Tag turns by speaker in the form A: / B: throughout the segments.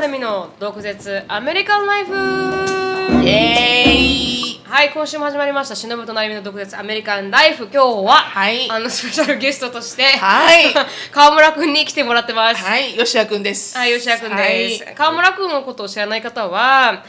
A: るみの毒舌アメリカンライフ
B: イエーイ
A: はい今週も始まりました「しのぶとなるみの毒舌アメリカンライフ」今日は、
B: はい
A: あのスペシャルゲストとして、
B: はい。
A: 川村くんに来てもらってますは
B: はい、吉田くんです。
A: い、吉田くんです、
B: はい
A: 川村くんのことを知らない方は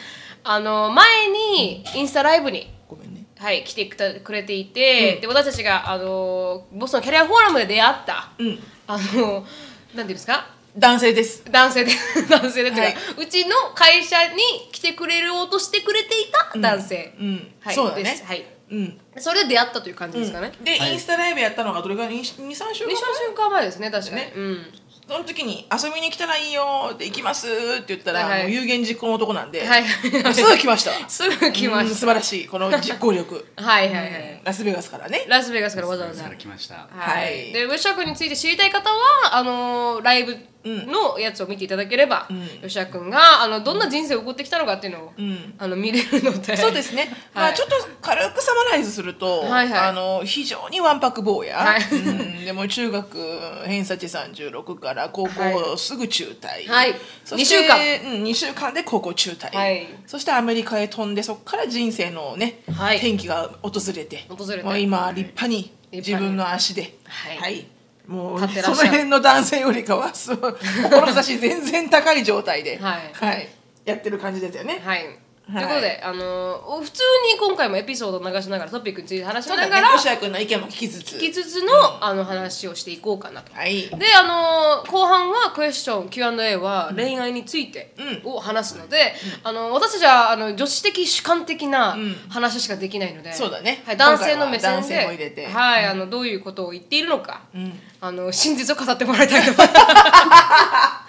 A: あの前にインスタライブに
B: ごめんね。
A: はい、来てくたくれていて、で私たちがあのボスのキャリアフォーラムで出会った、
B: うん。
A: あのなんていうんですか
B: 男性です。
A: 男性で 男性でっていうか、
B: はいう
A: ちの会社に来てくれようとしてくれていた男性、
B: うん。
A: はい、
B: そうだね
A: です。はい
B: うん。
A: それで出会ったという感じですかね、
B: で、
C: はい
B: インスタライブやったのがどれからい ?2、3週間
A: で
B: 前
A: 初週間前ですね確かに、
B: ね
A: うん
B: その時に遊びに来たらいいよーって行きますーって言ったら、
A: はい
B: もう有言実行の男なんで、
A: はい
B: すぐ来ましたわ
A: すぐ来ま
B: うん
A: し
B: 素
A: た、
B: 晴らしい、この実行力。
A: はいはいはい、
B: ラスベガスからね。
A: ラスベガスからわざわざ
C: から来ました。
A: は、
B: はいい
A: でウェシャ君について知りたい方はあのーライブのやつを見ていただければ、
B: ん
A: ウェシャ君があのどんな人生を送ってきたのかっていうのを、
B: ん
A: あの見れるので
B: そうですね、ま
A: は
B: あ、
A: い
B: ちょっと軽くサマライズすると、
A: はいはい
B: あの非常にわんぱく坊や、
A: はい
B: うんでも中学偏差値36から高
A: は
B: 校すぐ中退、
A: はい
B: そし
A: 二
B: て
A: 週間、
B: うん、2週間で高校中退、
A: はい
B: そしてアメリカへ飛んでそこから人生のね、
A: はい
B: 転機が訪れて
A: 訪れて
B: もう今は立派に
A: 立派に
B: 自分の足で。
A: はい
B: もう
A: 立って
B: そ
A: らっし
B: の
A: ゃる
B: 辺の男性よりかはすごい 志全然高い状態で、
A: はい
B: はい、やってる感じですよね。
A: はい、
B: はい
A: ということで、あのーお普通に今回もエピソードを流しながらトピックについて話し
B: そう
A: な
B: だ
A: が
B: ね、
A: ら、
B: ロシア君の意見も聞きつつ。
A: 聞きつつの,、あの話をしていこうかなと。
B: はい。
A: であのー後半はクエスチョン Q&A は恋愛についてを話すので、あの私たちはあの女子的主観的な話しかできないので、
B: そうだね
A: はい、男性の目線で
B: 今回は男性も入れて
A: はいあのどういうことを言っているのか、
B: ん
A: あの真実を語ってもらいたいと思います。
C: は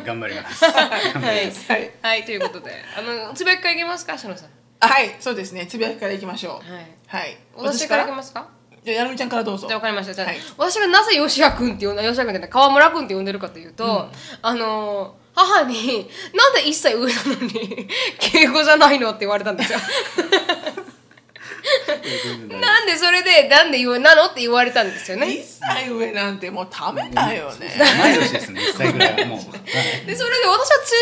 C: い、頑張ります。頑張ります。
B: はい。
A: はいということであのつぶやきからいきますかしのさん。
B: はい、そうですね。つぶやきからいきましょう。
A: はい
B: はい。
A: 私からいきますか
B: じゃあ、やるみちゃんからどうぞ。
A: じゃあ分かりましたじゃあ、
B: はい
A: 私がなぜ吉谷君って呼んだ吉谷君じゃない川村君って呼んでるかというと、あのー母になんで1歳上なのに敬語じゃないのって言われたんですよ なんでそれでなんで言うなのって言われたんですよ
B: 1
A: ね
B: 歳上なんてもうためだよね。
C: 毎年ですね、一歳ぐらい はもう。
A: でそれで私は通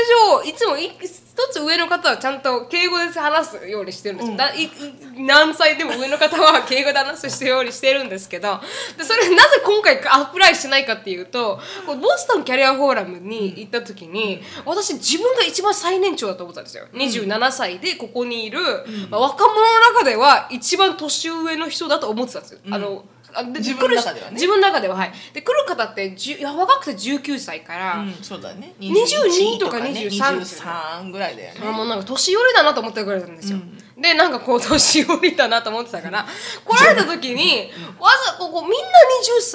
A: 常いつもい一つ上の方はちゃんと敬語で話すようにしてるんですよ、だいい何歳でも上の方は敬語で話すようにしてるんですけどでそれなぜ今回アプライしないかっていうとこうボストンキャリアフォーラムに行った時に私自分が一番最年長だと思ったんですよ27歳でここにいる、まあ若者の中では一番年上の人だと思ってたんですよ。あのあで
B: 自分の中
A: 来る
B: ではね
A: 自分の中でははいで来る方ってじゅいや若くて19歳から、
B: うん、そうだね。
A: 22とかね
B: 23ぐらいだよね。
A: あもうなんか年寄りだなと思ってくれたんですよ、でなんかこう年寄りだなと思ってた から来られた時にわざこうこうみんな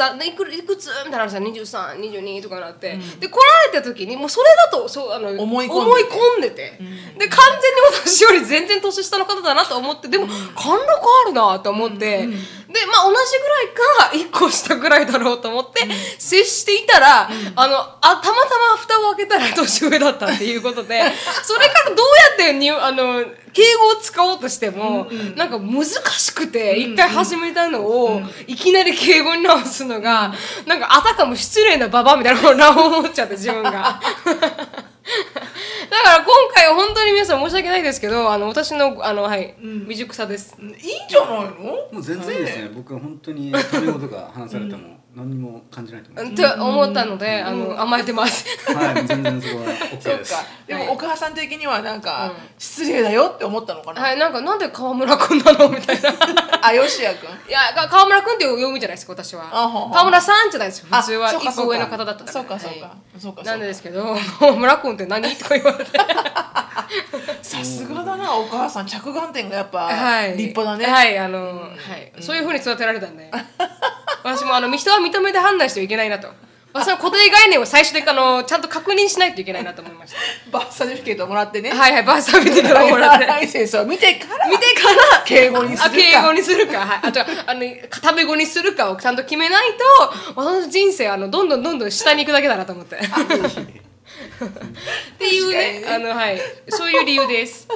A: 23でいくいくつみたいな話したら2322とかなって、で来られた時にもうそれだとそうあの
B: 思い込
A: 思
B: んでて
A: 込んでてで完全に私より全然年下の方だなと思ってでも貫禄あるなと思って、でまあ同じぐらいか1個下ぐらいだろうと思って接していたら、あのあたまたま蓋を開けたら年上だったっていうことで それからどうやってにあの敬語を使おうとしても、なんか難しくて一回始めたのを、いきなり敬語に直すのがなんかあたかも失礼なババアみたいなことを思っちゃって自分 が。 だから今回は本当に皆さん申し訳ないですけどあの私のあの、はい未熟さです。
B: いいんじゃないの
C: もう全然いいですね。僕は本当に、タメ語とか話されても、何も感じないと思い
A: と思ったので、あの甘えてます。
C: ます。はい、全然そこは OK
B: そ
C: で
B: っ
C: す。
B: か。で
A: はい
B: も、お母さん的にはなんか、失礼だよって思ったの かな。
A: はい、なんかなんで川村くんなのみたい な。
B: あ、よしやくん。
A: いや、が川村くんって読むじゃないですか、私は。
B: あほうほう
A: 川村さんじゃないですよ、普
B: あ
A: 通は
B: そうか
A: 一
B: そう
A: 個
B: か
A: 上の方だったら。
B: そうかそうか
A: はい
B: そうかそうか
A: なんですけど、川村くんって何とか言わ れて。
B: さすがだな、お母さん。着眼点がやっぱ、
A: はい、
B: 立派だね。
A: はい、あの、はい、そういう風に育てられたん で。私もあの人は認めて判断してはいけないなと。私の固定概念を最終的にあのちゃんと確認しないといけないなと思いまし
B: バースサーティフィケートもらってね。
A: た。はいはい、バースター見て
B: ド
A: から
B: ラ
A: も
B: イバ
A: らっ
B: ー
A: て。
B: ライセンスを見てから
A: 見てから
B: 敬語にするか
A: あ敬語にするか、はい、あとあの片目語にするか をちゃんと決めないと私の人生あのどんどんどんどん下に行くだけだなと思ってっていうねあ
B: 確
A: のはいそういう理由です。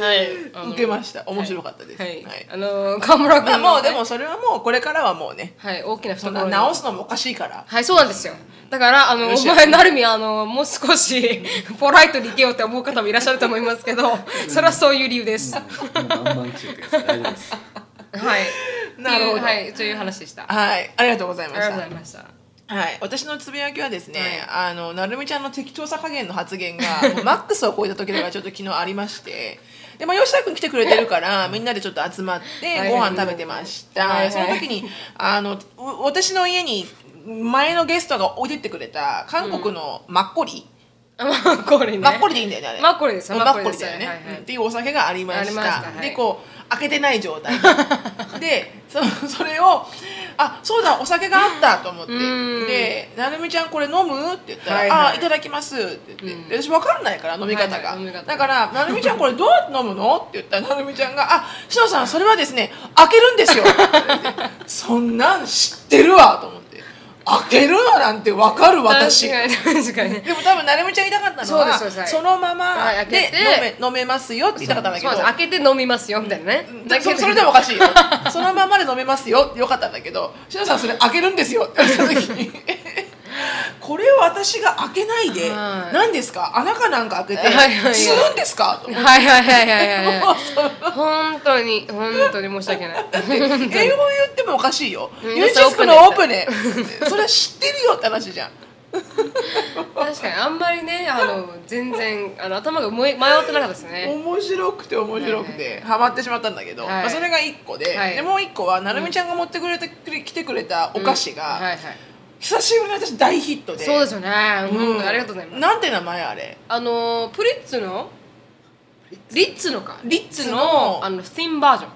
A: はいあの
B: 受けました面白かったです
A: はい、あの河村君
B: まあ
A: の、
B: もうでもそれはもうこれからはもうね
A: はい大きな
B: そん
A: 懐
B: な
A: に
B: 直すのもおかしいから
A: はいそうなんですよ。だからあの
B: よ
A: お
B: し
A: 前なるみあのもう少し ポライトに行けよって思う方もいらっしゃると思いますけど、それはそういう理由です。はい。
C: も うバンバン中ってください大丈夫です
A: ってい
B: なるほど
A: うはいという話でした。あ
B: はいありがとうござい
A: り
B: ま
A: がと
B: し
A: うござ
B: た
A: いました。
B: はい、私のつぶやきはですね、あのなるみちゃんの適当さ加減の発言がもうマックスを超えた時がちょっと昨日ありましてで、まあ、吉田君来てくれてるからみんなでちょっと集まっ
A: は
B: て
A: い
B: ご飯食べてました、
A: はいはい
B: その時にあのう私の家に前のゲストが置いてってくれた韓国のマッコリ、
A: あマッコリね。
B: マッコリでいいんだよねあれ
A: マッコリです
B: マッコリだ
A: マッ
B: よ
A: コリですはいはい
B: ねっていうお酒がありま
A: あ
B: し
A: り
B: た
A: ましたはい
B: でこう開けてない 状態でそそれを「あそうだお酒があった」と思って
A: うん
B: で「なるみちゃんこれ飲む?」って言ったら「
A: はいはい
B: あいただきます」って言って、で私分かんないから飲み方が、
A: はいはい飲み方
B: だから「なるみちゃんこれどうやって飲むの?」って言ったらなるみちゃんが「あしのさんそれはですね開けるんですよ」って言ってそんなん知ってるわ」と思って「開けるわ」なんて分かる私
A: 確かに確かに。
B: でも多分なるみちゃん言いたかったのは
A: そうですそうですはい
B: のまま
A: はい開け
B: で
A: て
B: 飲め飲めますよって言いたかったんだけ
A: そう
B: ど
A: なんです開けて飲みますよみたいなね。
B: だそそれでもおかしいよそのままで飲めますよよかったんだけど「しのさんそれ開けるんですよ」って言われた時 にこれを私が開けないで
A: はい
B: 何ですか穴かなんか開けて
A: はいはいはい
B: 吸うんですかと思って
A: はいはいはいはいはい はい。本当に本当に申し訳ない。
B: 英語言ってもおかしいよ「
A: うん
B: You just のオープンね」それは知ってるよって話じゃん
A: 確かにあんまりねあの全然あの頭が思い迷ってなかったですね。
B: 面白くて面白
A: は
B: く
A: いは
B: てハマってしまったんだけど、
A: はい
B: まあ、それが1個で,、
A: はい
B: でもう1個はなるみちゃんが持ってくれて、来てくれたお菓子が、
A: はいはい。
B: 久しぶりに私大ヒットで
A: そうですよね。
B: う
A: うん
B: ん
A: ありがとうございます。
B: なんて名前あれ
A: あのプリッツのリッツのか
B: リ
A: リ
B: ッ
A: ッ
B: ツ
A: ツ
B: の
A: のあのスティンバージョン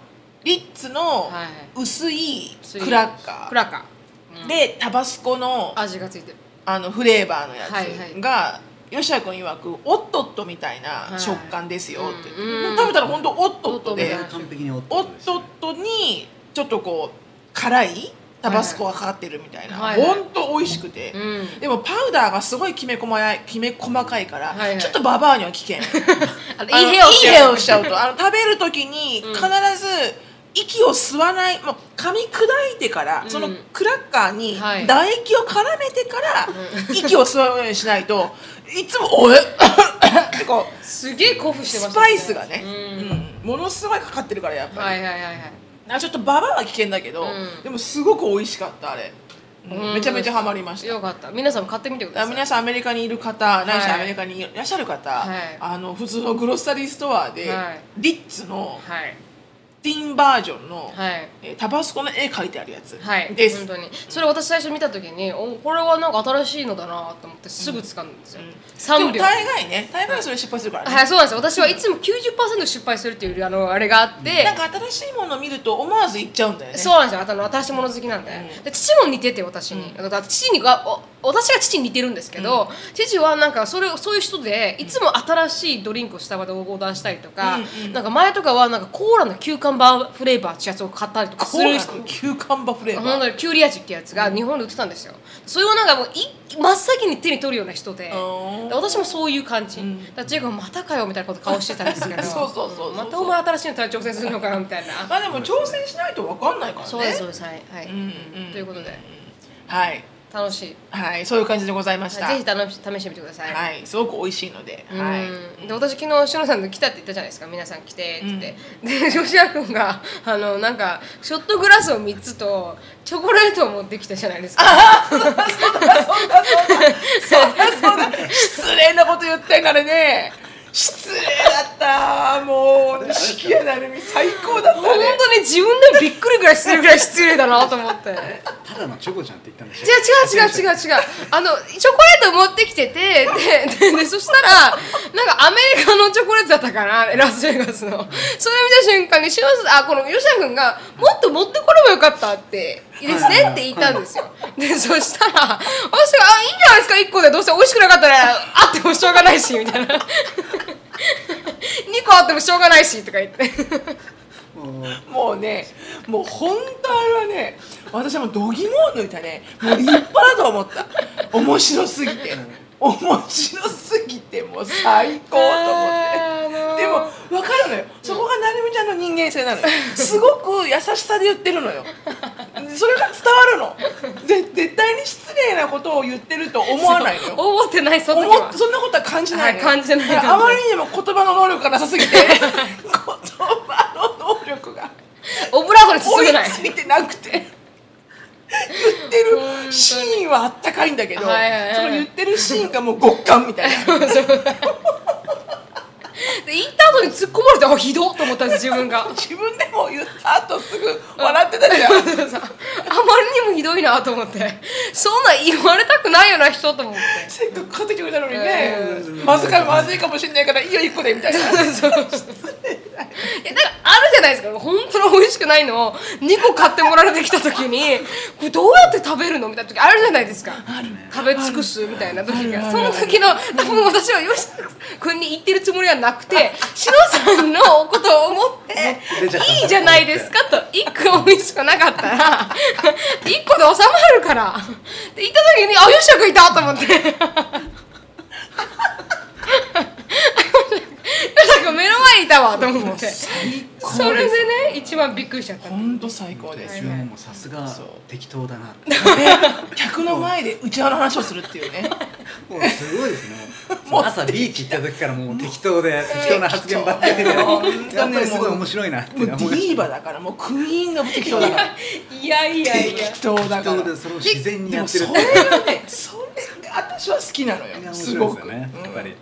B: リッツの
A: はい
B: 薄い
A: 薄い
B: クラッカ
A: クラッカ
B: ーでタバスコの
A: ー味がついてる。
B: あのフレーバーのや
A: はいは
B: つ
A: い
B: が、吉田君曰く「おっとっと」みたいな食感ですよって言って、
A: うん
B: 食べたら本当おっとっと
A: え
B: で
A: おっとっとみたいな
C: 完璧に夫
B: おっとっとにちょっとこう辛いタバスコがかかってるみたいな、
A: はいはい
B: ほんと美味しくて、
A: うん
B: でもパウダーがすごいきめ細やきめ細かいから、
A: はいはい
B: ちょっとババアには 危険
A: あの
B: あの
A: いい部屋を
B: い
A: し
B: い
A: よう
B: 部屋をしちゃうとあの食べる時に
A: うん
B: 必ず息を吸わないもう噛み砕いてから、
A: うん
B: そのクラッカーに
A: はい
B: 唾液を絡めてから、息を吸わないようにしないといつも「おえ ってこう
A: すげえ興奮してま
B: ス
A: した。
B: パイスがね、
A: うん
B: うんものすごいかかってるからやっぱり。
A: はいはいはいはい。
B: あちょっとババアは危険だけど、
A: うん
B: でもすごく美味しかったあれ、うん
A: うん
B: めちゃめちゃハマりました
A: よかった。皆さんも買ってみてくだ
B: あ
A: さい。
B: 皆さんアメリカにいる方ないし
A: はい
B: アメリカにいらっしゃる方、
A: はい
B: あの普通のグロッサリーストアで、
A: はい
B: リッツの
A: はい
B: ティンバージョンの、
A: はい。
B: えータバスコの絵描いてあるやつ
A: はい、
B: です、
A: 本当にそれ私最初見た時におこれはなんか新しいのだなと思ってすぐ掴んだんですよ、
B: でも
A: 3秒
B: 大概ね大概それ失敗するからね、
A: はいそうなんですよ私はいつも90%失敗するっていうあのあれがあって、
B: なんか新しいものを見ると思わず行っちゃうんだよね
A: そうなんですよあとあの私もの好きなんで,、で父も似てて私に、だから父にがお私が父に似てるんですけど、父はなんかそれそういう人でいつも新しいドリンクを下までオーダーしたりとか、なんか前とかはなんかコーラの休館バーフレーバーってやつを買ったりとかす
B: コー
A: る
B: ラの休館バフレー
A: 本
B: バー
A: 当にキュウリ味ってやつが日本で売ってたんですよそれをなんかもう一真っ先に手に取るような人で
B: ー
A: で私もそういう感じ、だからジェイコブまたかよみたいなこと顔してたんですけ ど
B: そうそうそうそう
A: またお前新しいの挑戦するのかなみたいな
B: まあでも挑戦しないと分かんないからね
A: そうですそうですはい、はい
B: うんうんうん
A: ということで
B: はい
A: 楽しい
B: はいそういう感じでございました、
A: ぜひ楽し試してみてください、
B: はい、すごく美味しいので、
A: うん
B: はい。
A: で私昨日しのさんと来たって言ったじゃないですか皆さん来てって言って、で女子ア君が あのなんかショットグラスを3つとチョコレートを持ってきたじゃないですか
B: そうだ失礼なこと言ったよねあれね。失礼だった。もう錦谷なるみ最高だった
A: 本
B: ね。
A: 当に自分でもびっくりぐらいするぐらい失礼だなと思って違う違
C: ただのチョコちゃんって言ったんでしょ
A: う違う違う違うあのチョコレート持ってきててでででそしたらなんかアメリカのチョコレートだったかなラスベガスのそれ見た瞬間に篠田あこの吉田君が「もっと持ってこればよかった」って「いいですね」って言ったんですよでそしたら私が「あいいんじゃないですか1個でどうせ美味しくなかったらあってもしょうがないし」みたいな「2個あってもしょうがないし」とか言って。
C: もう
B: もうね、もう本当あれはね、私はもう度肝を抜いたね。もう立派だと思った。面白すぎて。面白すぎてもう最高と思って。でも分かるのよそこがなるみちゃんの人間性なのよすごく優しさで言ってるのよそれが伝わるのぜ絶対に失礼なことを言ってると思わないのよ
A: 思ってないその時
B: 思っ
A: は
B: そんなことは感じないのよ
A: はい感じない
B: だからあまりにも言葉の能力がなさすぎて言葉の能力が
A: オブラートに包
B: 追い
A: めない
B: ついてなくて言ってるシーンはあったかいんだけどその
A: はいはいはい
B: 言ってるシーンがもう極寒みたいな
A: でインターホンに突っ込まれてあひどっと思ったんです自分があま
B: 自分でも言った後すぐ笑ってたじゃん
A: りにもひどいなと思ってそんな言われたくないような人と思って
B: せっかく買ってきてくれたのにね、
C: うん
B: まずかまずいかもしれないからいいよ1個でみ たいな
A: そういやなんかあるじゃないですか本当に美味しくないのを2個買ってもられてきた時にこれどうやって食べるのみたいな時あるじゃないですか食べ尽くすみたいな時が
B: あ
A: そ
B: るあ
A: の
B: る
A: 時の多分私は吉田君に言ってるつもりはなくて志乃さんのことを思って
C: 出ちゃった
A: いいじゃないですかと1個美味しくなかったら1個で収まるからって言った時にあ吉田君いたと思って。なんか目の前にいたわと思って
B: 最
A: それでね一番びっくりしちゃった
B: 本当最高です
C: 自
B: よ、ね、
C: 分もさすが
B: そう
C: 適当だなって
B: 客の前で内輪の話をするっていうね
C: もうすご いですね朝ビーチ行った時からもう適当で適当な発言ばっかりで
B: もう
C: やっぱりすごい面白いなって
B: もうデ
C: 思いま
B: ィーバだからもうクイーンが適当だから
A: いやいやいや
B: 適当だ
C: 適
B: から
C: 当でそれを自然に
B: で
C: や
B: も
C: って
B: そ
C: る
B: れ
C: っていう
B: がねそれが私は好きなの
C: のが
B: よ
C: 面
B: す
C: 白い
B: ご
C: で
B: く
C: すよねやっぱり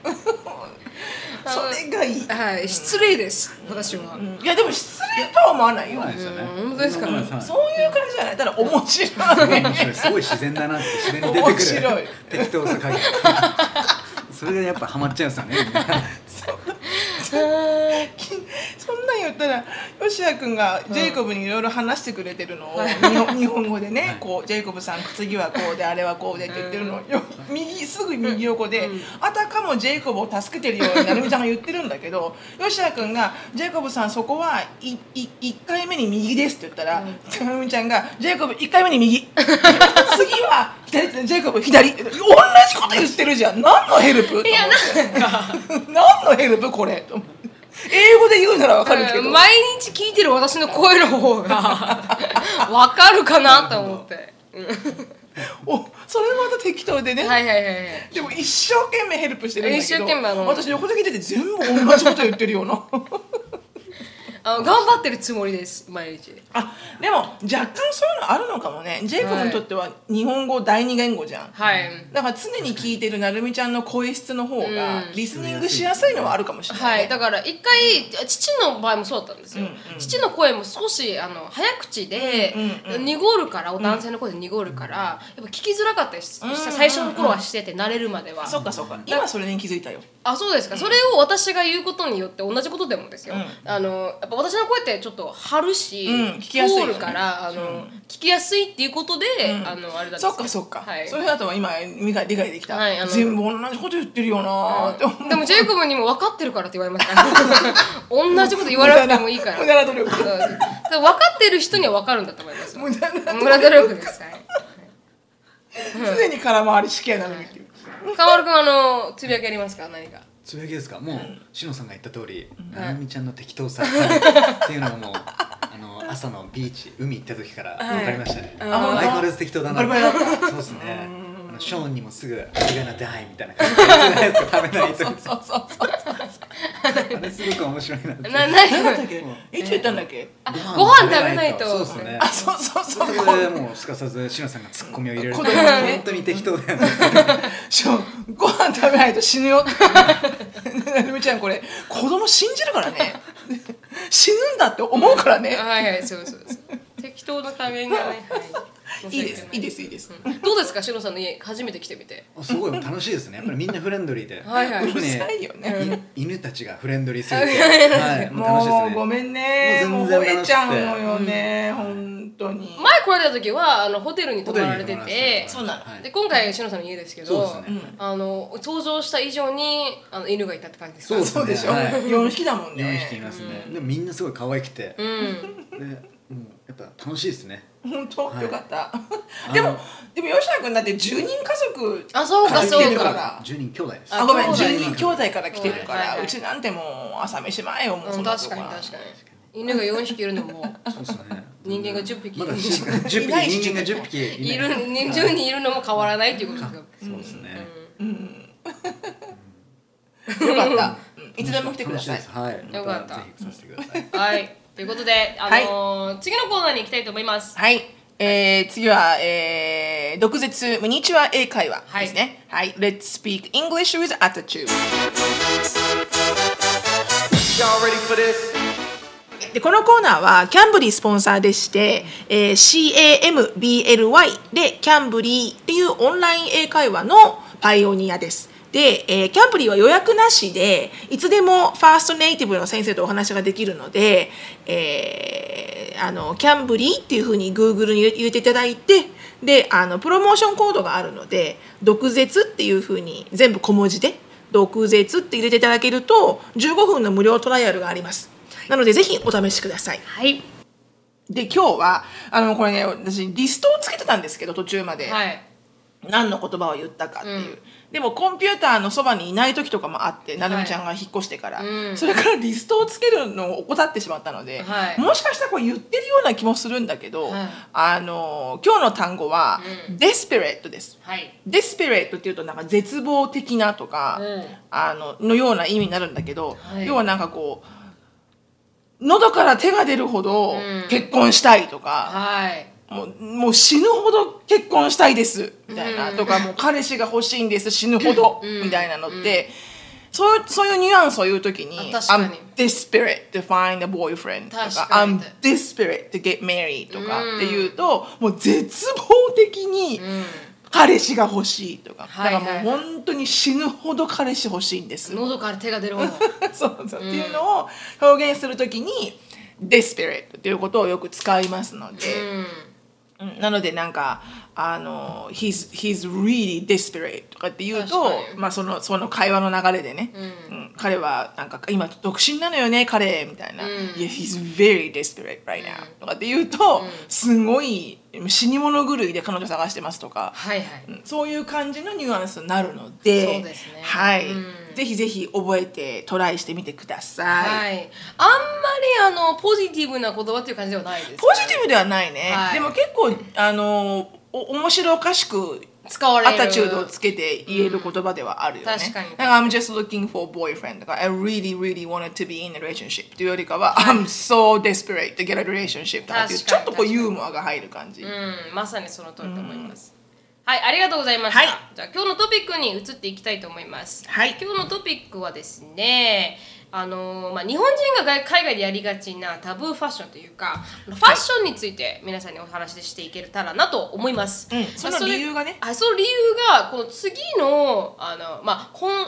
B: それがいい、
A: はい失礼です私は、
B: うんいやでも失礼とは思わないよ、
C: そうなんですよね
A: うん本当ですか
C: そうなんです
B: そ
C: は
B: ういう感じじゃないただ面白い
C: い面白いすごい自然だなって自然に出てくる
B: 面白い
C: 適当さ加減それでやっぱハマっちゃうんですよねみんな
A: はい
B: そんなん言ったらヨシア君がジェイコブにいろいろ話してくれてるのを、
A: はい
B: 日本日本語でね、
C: はい
B: こうジェイコブさん次はこうであれはこうでって言ってるのを、よ右すぐ右横で、
A: うん
B: あたかもジェイコブを助けてるようになるみちゃんが言ってるんだけどヨシア君が「ジェイコブさんそこはいい1回目に右です」って言ったら、なるみちゃんが「ジェイコブ1回目に右 次は左ってジェイコブ左」って同じこと言ってるじゃん何のヘルプと思って 何のヘルプこれと思って英語で言うならわかるけど、
A: 毎日聞いてる私の声の方が わかるかなと思って、
B: おそれまた適当でね、
A: はいはいはいはい
B: でも一生懸命ヘルプしてるんだけど
A: 一生懸命あの
B: 私横で聞いてて全部同じこと言ってるよな
A: あの頑張ってるつもりです毎日
B: あでも若干そういうのあるのかもねジェイコブにとっては日本語第二言語じゃん
A: はい
B: だから常に聞いてるなるみちゃんの声質の方が
A: うん
B: リスニングしやすいのはあるかもしれない、
A: は
B: ね
A: い、だから一回父の場合もそうだったんですよ、
B: うんうん
A: 父の声も少しあの早口で、
B: うんうんうん
A: 濁るからお男性の声で濁るから、やっぱ聞きづらかったりし、
B: うんうんうん
A: 最初の頃はしてて慣れるまでは、
B: そっかそっか今それに気づいたよ
A: あそうですか、それを私が言うことによって同じことでもですよ、
B: うん
A: あのやっぱ私の声ってちょっと張るし、
B: うん聞きやすいよ
A: 通
B: ね
A: るからあの、
B: うん
A: 聞きやすいっていうことで、
B: ん
A: あのあれだった
B: そっかそっか、
A: はい
B: それだとは今理解理解できた、
A: はいあの
B: 全部同じこと言ってるよなーって思う
A: でもジェイコブにも分かってるからって言われました 同じこと言われなくてもいいから
B: 無駄な努力
A: うんだから分かってる人には分かるんだと思いますよ。
B: 無駄な
A: 無駄努力です。はい
B: 常に空回り式やなるみっていう
A: カワル君あのつぶやきありますか何か。
C: つぶやきですかもうしのさんが言った通りななみちゃんの適当さっていうのがもうあの朝のビーチ海行った時から分かりましたね
A: はい
B: あー
C: あ相変わらず適当だな
B: バリバリ
C: そうですねあのショーンにもすぐ「違うなダイ」みたいな感じで別のやつ食べないと
B: そうそうそう
C: あれすごく面白いなって
A: な何
B: 何だった
A: か
B: っけいつ言ったんだっけ
A: ご飯食べないと
C: そうですよね
B: あそうそうそ
C: そうれでもうすかさずしのさんがツッコミを入れる
B: 子供にね
C: 本当に適 当だよね
B: しょご飯食べないと死ぬよなるみちゃんこれ子供信じるからね死ぬんだって思うからね
A: はいはいそうそうそう。適当な加減がね。はい
B: いいですいいですいいです
A: うんどうですかしのさんの家初めて来てみて。
C: すごい楽しいですねやっぱりみんなフレンドリーで
A: はいはいう
C: 特
B: る
C: に
B: さいよね
C: い犬たちがフレンドリーすぎて、はい、もう楽しいです
B: もう
C: ね。
B: ごめんねも
C: も
B: う
C: う全然
B: 吠えちゃうのよね本当に
A: 前来られた時はあのホテルに泊
C: ホ
A: ま
C: テ
A: られ
C: ルに
A: て
C: 泊まられ
A: て
C: てた。
B: そうなの
C: はい
A: で今回しのさんの家ですけど。
C: そうですね。
A: あの登場した以上にあの犬がいたって感じですか。
C: そう
B: そうでしょ
C: はい
B: 4匹だもん
C: 日本に来てい
B: ね
C: ますね。でもみんなすごい可愛くて、
A: う
C: で、
A: ん。
C: もうやっぱ楽しいですね。
B: 本当
C: はい
B: よかった
C: あの
B: でもでも吉野君だって10人家族
A: あそうか
B: 関
A: そ
B: 係
A: う
B: る
A: か
B: から
C: 10人兄弟です
A: あ
B: あごめん
A: 兄弟
B: 10人兄弟から来てるか
A: はいは
B: ら
A: いはいう
B: ちなんてもう朝飯前よもう
A: う
B: そ
A: ん
B: んな
A: 確
B: と
A: か
B: こ
A: に
B: は
A: 確かに犬が4匹いるのも
C: そうですね
A: 人間が10匹
C: まだ10匹
B: いないし
C: 人間が10匹
A: い
C: い
A: る
C: ない
A: 20人いるのも変わらないっていうことですか
C: そうですね
B: よかったうんいつでも来てください
C: 楽しですはい
A: よかった
C: まぜひ来させてください
A: うんはいということで、あのー次のコーナーに行きたいと思います
B: はい、えー、次は、えー、毒舌ミニチュア英会話
A: はい
B: ですね。はい、Let's speak English with attitude。でこのコーナーはキャンブリースポンサーでして、えー、CAMBLY でキャンブリーっていうオンライン英会話のパイオニアです。で、えーキャンブリーは予約なしでいつでもファーストネイティブの先生とお話ができるので、えーあのキャンブリーっていうふうに Google に入れていただいてであのプロモーションコードがあるので「毒舌」っていうふうに全部小文字で「毒舌」って入れていただけると15分の無料トライアルがあります。なのでぜひお試しください。
A: はい
B: で今日はあのこれね私リストをつけてたんですけど途中まで、
A: はい
B: 何の言葉を言ったかっていう、
A: うん
B: でもコンピューターのそばにいない時とかもあってなるみちゃんが引っ越してから、
A: うん
B: それからリストをつけるのを怠ってしまったので、
A: はい
B: もしかしたらこれ言ってるような気もするんだけど、
A: はい
B: あの今日の単語は「
A: うん
B: desperate」です。
A: はい
B: desperate っていうとなんか絶望的なとか、
A: うん
B: あののような意味になるんだけど、
A: はい
B: 要はなんかこう喉から手が出るほど
A: うん
B: 結婚したいとか、
A: はい
B: もうもう死ぬほど結婚したいですみたいな、
A: うん
B: とかもう彼氏が欲しいんです死ぬほど、
A: うん
B: みたいなのって、そういうそういうニュアンスを言うときに「
A: あ確かに
B: I'm desperate to find a boyfriend」とか
A: 確
B: 「
A: かに
B: I'm desperate to get married」とか
A: うん
B: っていうと、もう絶望的に
A: う
B: 彼氏が欲しいとか、
A: はいはい
B: だからもう本当に死ぬほど彼氏欲しいんです
A: ん喉から手が出るほど
B: そうそう、っていうのを表現するときに「desperate」っていうことをよく使いますの
A: う
B: で、
A: ん
B: うんなのでなんか「あの he's, he's really desperate」とかって言う
A: 確
B: と
A: か、に
B: まあ、そのその会話の流れでね、
A: う
B: うん彼はなんか今独身なのよね彼みたいな
A: う
B: 「
A: ん
B: yeah, he's very desperate right now」とかって言うと、すごい死に物狂いで彼女探してますとか。
A: はいはい
B: そういう感じのニュアンスになるので、
A: そうですね
B: はい、
A: うん
B: ぜひぜひ覚えてトライしてみてください。
A: はいあんまりあのポジティブな言葉っていう感じではないです
B: ポジティブではないね。
A: はい
B: でも結構あのお面白おかしく。
A: 使われ
B: ア
A: る
B: タチュードをつけて言える言葉ではあるよね。
A: うん確かに
B: だから I'm just looking for a boyfriend とか I really really wanted to be in a relationship というよりかは、I'm so desperate to get a relationship とかっていう
A: 確か
B: ちょ
A: に
B: っとこうユーモアが入る感じ。
A: うん、まさにその通りと思います。はい、ありがとうございました。
B: はい
A: じゃあ今日のトピックに移っていきたいと思います。
B: はい
A: 今日のトピックはですね、あのーまあ日本人が海外でやりがちなタブーファッションというか、ファッションについて皆さんにお話ししていけたらなと思います。
B: うん
A: まあ
B: その理由がね
A: あ、その理由がこの次のあのまあ今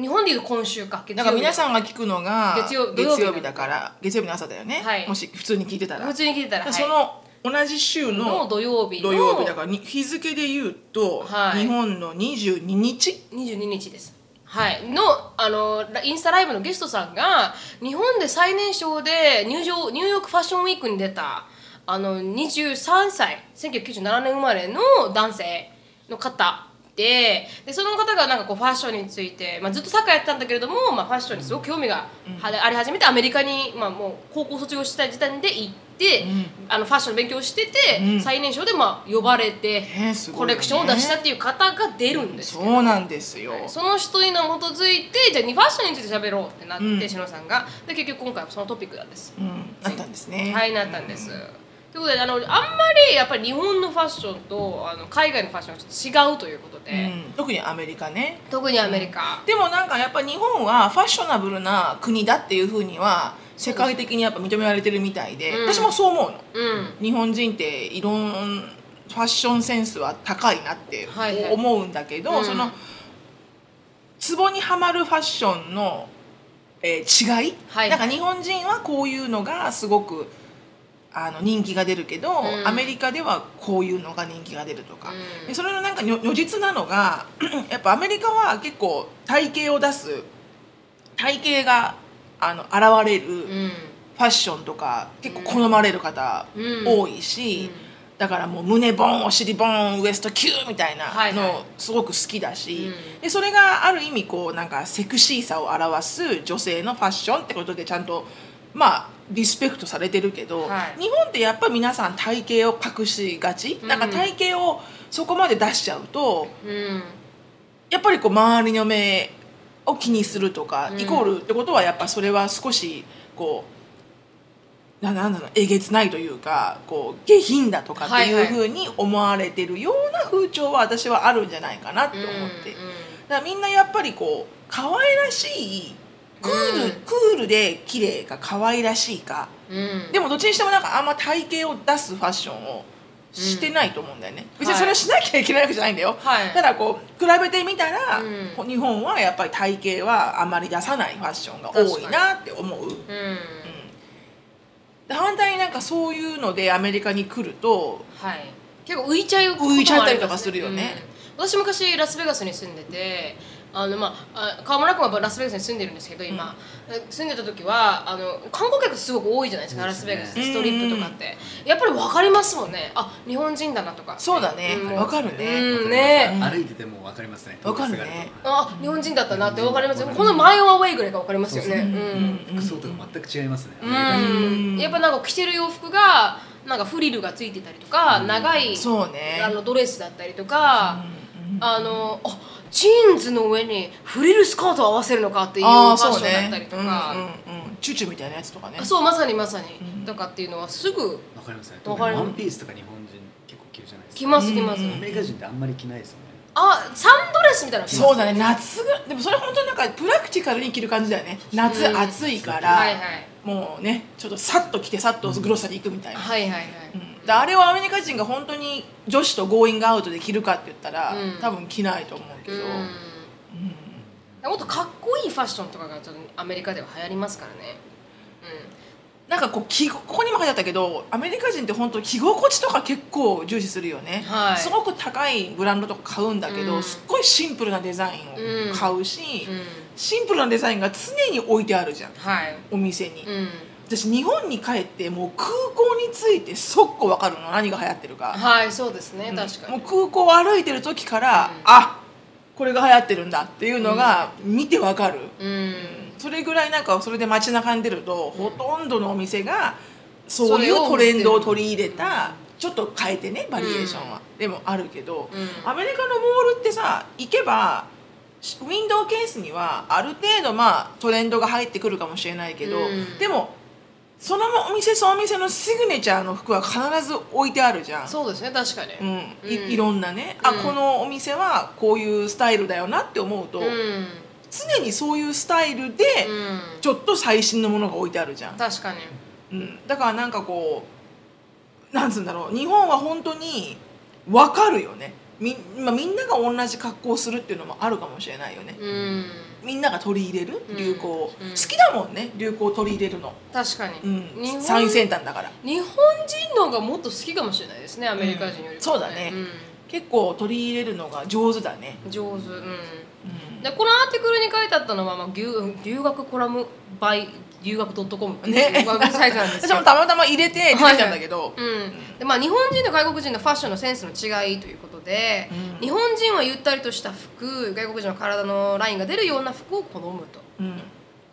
A: 日本でいうと今週か月
B: だ
A: 曜
B: か
A: 日
B: ら皆さんが聞くのが
A: 月曜土
B: 月
A: 曜日
B: 曜日だから月曜日の朝だよね、
A: はい
B: もし普通に聞いてたら
A: 普通に聞いてたら、はい
B: その同じ週
A: の
B: の
A: 土曜日の
B: 土曜日だからに日付で言うと、
A: はい
B: 日本の22日
A: 22日です。はい、のあのラインスタライブのゲストさんが日本で最年少で入場ニューヨークファッションウィークに出たあの23歳1997年生まれの男性の方ででその方がなんかこうファッションについて、まあ、ずっとサッカーやってたんだけれども、まあ、ファッションにすごく興味がはあり始めてアメリカに、まあ、もう高校卒業した時点で行って、あのファッションの勉強してて、
B: うん
A: 最年少でまあ呼ばれて、
B: ねすごいよ
A: コ
B: ね
A: レクションを出したっていう方が出るんですよ
B: そうなんですよ、
A: その人に基づいてじゃあファッションについて喋ろうってなって、
B: うん
A: しのさんがで結局今回はそのトピックなんです、
B: うん、なったんですね
A: はいなったんです、ということであのあんまりやっぱり日本のファッションとあの海外のファッションはちょっと違うということ
B: う
A: で、
B: ん、特にアメリカね
A: 特にアメリカ、
B: でもなんかやっぱ日本はファッショナブルな国だっていうふうには世界的にやっぱ認められてるみたいで、
A: うん
B: 私もそう思うの
A: うん
B: 日本人っていろんファッションセンスは高いなって
A: はいはい
B: 思うんだけど、
A: うん
B: そのツボにはまるファッションの、えー違い、
A: はい
B: なんか日本人はこういうのがすごくあの人気が出るけど、
A: ん
B: アメリカではこういうのが人気が出るとか、
A: うん
B: でそれのなんか如如実なのが やっぱアメリカは結構体型を出す体型があの現れる。
A: うん
B: ファッションとか結構好まれる方
A: うん
B: 多いし、だからもう胸ボンお尻ボンウエストキューみたいな
A: はいはい
B: のすごく好きだし、
A: うん
B: でそれがある意味こうなんかセクシーさを表す女性のファッションってことでちゃんとまあリスペクトされてるけど、
A: はい
B: 日本ってやっぱ皆さん体型を隠しがち、
A: うん
B: なんか体型をそこまで出しちゃうと
A: うん
B: やっぱりこう周りの目を気にするとか、
A: うん
B: イコールってことはやっぱそれは少しこうななんだろうえげつないというかこう下品だとかって
A: はい
B: いう
A: はい
B: ふうに思われてるような風潮は私はあるんじゃないかなと思って、だからみんなやっぱりこう可愛らしいクール、
A: うん
B: クールで綺麗か可愛らしいか
A: うんうん
B: でもどっちにしてもなんかあんま体型を出すファッションをしてないと思うんだよね、別にそれをしなきゃいけないわけじゃないんだよ、
A: はい
B: ただこう比べてみたら、
A: うん
B: こう日本はやっぱり体型はあまり出さないファッションが多いなって思う、うん
A: うん
B: で反対になんかそういうのでアメリカに来ると
A: はい、結構浮いちゃうことも
B: 浮いちゃったりとかするよね
A: ありますうん私昔ラスベガスに住んでてあの、まあ、あ川村君はラスベガスに住んでるんですけど今、住んでた時はあの観光客すごく多いじゃないですかラスベガスってストリップとかって、やっぱり分かりますもんねあ日本人だなとか
B: そうだね
A: うん
B: わ、かるね、
A: うん
C: わかり
A: ね
C: ます歩いててもわかりますね。
B: わかるね
A: あ日本人だったなって分かりますよこのマイオアウェイぐらいが分かりますよね
C: そううそうん
B: うん
C: 服装とか全く違いますね。アメリカ人
A: うんやっぱなんか着てる洋服がなんかフリルがついてたりとか、長い
B: そうね
A: あのドレスだったりとか、
B: うんうん
A: あのあジーンズの上にフリルスカートを合わせるのかっていうファ
B: ああ
A: ッショ
B: そう
A: ンだったり
B: ね
A: と
B: う
A: か
B: ん
A: あ
B: う
A: そ
B: ん
A: う,、
B: うんチュチュみたいなやつとかね
A: まさにまさに、
B: うん
A: とかっていうのはすぐ
C: わかりますね。
A: わ
C: 特
A: か
C: に
A: る
C: ワンピースとか日本人結構着るじゃないですか。
A: 来ます来ます、
B: うん
C: アメリカ人ってあんまり着ないですよね。
A: あサンドレスみたいなの着ます
B: そうだね夏がでもそれ本当になんかプラクティカルに着る感じだよね夏
A: うん
B: 暑いから、
A: はいはい
B: もうねちょっとさっと着てさっとグロッサリー行くみたいな、
A: はいはいはい、
B: うんであれをアメリカ人が本当に女子とゴーイングアウトで着るかって言ったら、
A: うん
B: 多分着ないと思うけ
A: う
B: ど、うん
A: んもっとかっこいいファッションとかがちょっとアメリカでは流行りますからね
B: なんかこう着ここにも書いてあったけどアメリカ人って本当着心地とか結構重視するよね、
A: はい
B: すごく高いブランドとか買うんだけど、
A: うん
B: すっごいシンプルなデザインを買うし、
A: うん、うん、
B: シンプルなデザインが常に置いてあるじゃん
A: はい
B: お店に、
A: うん
B: 私日本に帰ってもう空港に着いて即行分かるの何が流行ってるか、
A: はいそうですね、確か
B: もう
A: に
B: 空港を歩いてる時から、
A: うん
B: あこれが流行ってるんだっていうのが見て分かる、
A: うん
B: それぐらいなんかそれで街中に出ると、ほとんどのお店がそうい
A: それを
B: うトレンドを
A: 持ってる
B: 取り入れたちょっと変えてねバリエーションは、でもあるけど、
A: うん
B: アメリカのモールってさ行けばしウィンドウケースにはある程度まあトレンドが入ってくるかもしれないけど、
A: うん
B: でもそのお店そのお店のシグネチャーの服は必ず置いてあるじゃん。
A: そうですね確かに、
B: うん
A: うん
B: いいろんなね、
A: うん
B: あこのお店はこういうスタイルだよなって思うと、
A: うん
B: 常にそういうスタイルで
A: うん
B: ちょっと最新のものが置いてあるじゃん、
A: 確かに
B: うん、だからなんかこうなんつうんだろう日本は本当に分かるよねみ,、まあ、みんなが同じ格好をするっていうのもあるかもしれないよね、
A: うん
B: みんなが取り入れる
A: うん
B: 流行を、
A: うん
B: 好きだもんね流行を取り入れるの、
A: 確かに、日
B: うん、
A: 本
B: 最先端だから
A: 日本人の方がもっと好きかもしれないですねアメリカ人よりも、
B: うんそうだね結構取り入れるのが上手だね、
A: うん上手うん
B: うん
A: でこのアーティクルに書いてあったのは、まあ、留留学コラム by 留学 .com っていう
B: ね
A: ウェブサイトなんです
B: 私
A: よ
B: もたまたま入れて出てきたんだけど、
A: うんでまあ、日本人と外国人のファッションのセンスの違いということで、
B: うん
A: 日本人はゆったりとした服外国人の体のラインが出るような服を好むと
B: うん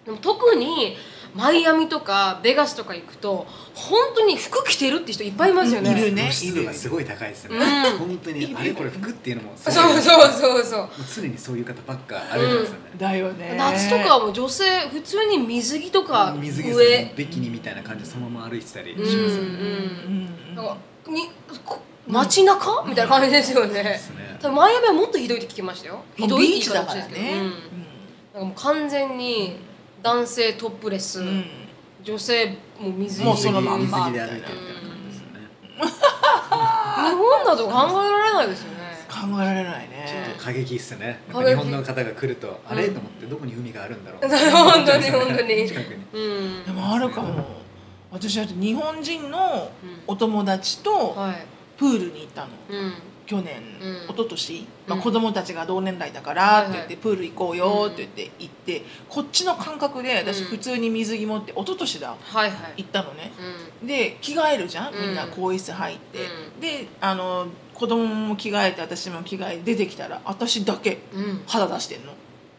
A: でも特にマイアミとかベガスとか行くと本当に服着てるって人いっぱいいますよね、
B: いるね
C: 露出度がすごい高いですね。
A: うん
C: 本当にあれこれ服っていうのも
A: そ
C: す
A: う
C: ごい
A: そうそうそう
C: もう常にそういう方ばっか歩いてますよね。
B: だよね
A: 夏とかはもう女性普通に水着とか上
C: 水着ですねビキニみたいな感じでそのまま歩いてたりしますよ
A: う
C: ね。
A: ん
B: うん
A: なんかにこ街中、みたいな感じですよね
C: ですね
A: ただマイアミはもっとひどいって聞きましたよひどい
B: ビ
A: っ
B: ー
A: て
B: チ
A: 言い
B: だ
A: 方も
B: か
A: し
B: ら
A: いですけ
B: ね
A: ど、うんなんかもう完全に男性トップレス、
B: うんうん
A: 女性もう水着
B: もうそのまん
A: 日
B: ま
C: 水着で歩いてるみたいな感じですよね。
A: 本だと考えられないですよね
B: 考えられないね
C: 過激っすね。やっ
A: 過
C: ぱ
A: 激
C: 日本の方が来るとあれと思ってどこに海があるんだろう。
A: 本当に本当に
C: 近くに。
A: うん
B: でもあるかも私だって日本人のお友達と
A: はい
B: プールに行ったの
A: うん
B: 去年、
A: うん
B: 一昨年、まあ、
A: うん
B: 子供たちが同年代だからって言っ
A: は
B: て、
A: い
B: プール行こうよって言って行ってこっちの感覚で私
A: うん
B: 普通に水着持って一昨年だ
A: はいはい
B: 行ったのね
A: う
B: で着替えるじゃんみんな
A: うん
B: 更衣室入って、
A: う
B: であの子供も着替えて私も着替えて出てきたら私だけ
A: んうん
B: 肌出してんの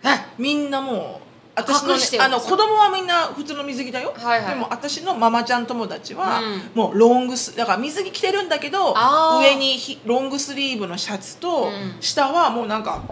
A: え
B: みんなもう私の,、
A: 隠
B: ね
A: して、る
B: あの子供はみんな普通の水着だよ、
A: はいはい
B: でも私のママちゃん友達は、
A: うん
B: もうロングスだから水着着てるんだけど
A: あー
B: 上にひロングスリーブのシャツと、
A: うん
B: 下はもうなんか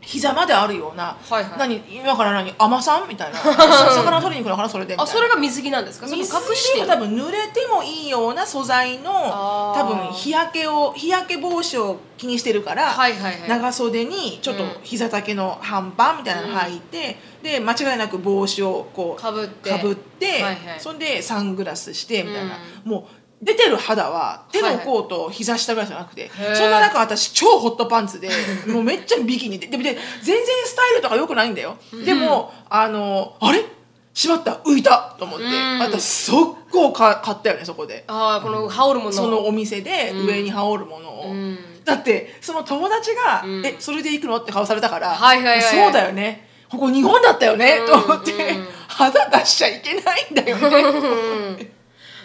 B: 膝まであるような、
A: はいはい
B: 何今から何甘さん みたいな魚取りに来るのかなそれでみたい
A: あ
B: な
A: それが水着なんですかそれ
B: 水
A: 隠
B: 着も
A: して
B: 多分濡れてもいいような素材の
A: あー
B: 多分日焼けを日焼け防止を気にしてるから、
A: はいはいはい
B: 長袖にちょっと膝丈の半パンみたいなの履いて、で間違いなく帽子をこう
A: かぶって
B: ぶって、
A: はいはい
B: そんでサングラスしてみたいな、もう出てる肌は手の甲と膝下ぐらいじゃなくて、
A: はい
B: そんな中私超ホットパン ツでもうめっちゃビキニででで全然スタイルとか良くないんだよ、でもあのあれしまった浮いたと思って、
A: うん
B: 私速攻か買ったよねそこで
A: ああこの羽織るもの
B: そのお店で上に羽織るものを。
A: うん
B: だってその友達が「
A: うん
B: えそれで行くの?」って顔されたから「
A: はいはいはい
B: そうだよねここ日本だったよね」
A: うん
B: と思って、
A: うん
B: 肌出しちゃいけないんだよね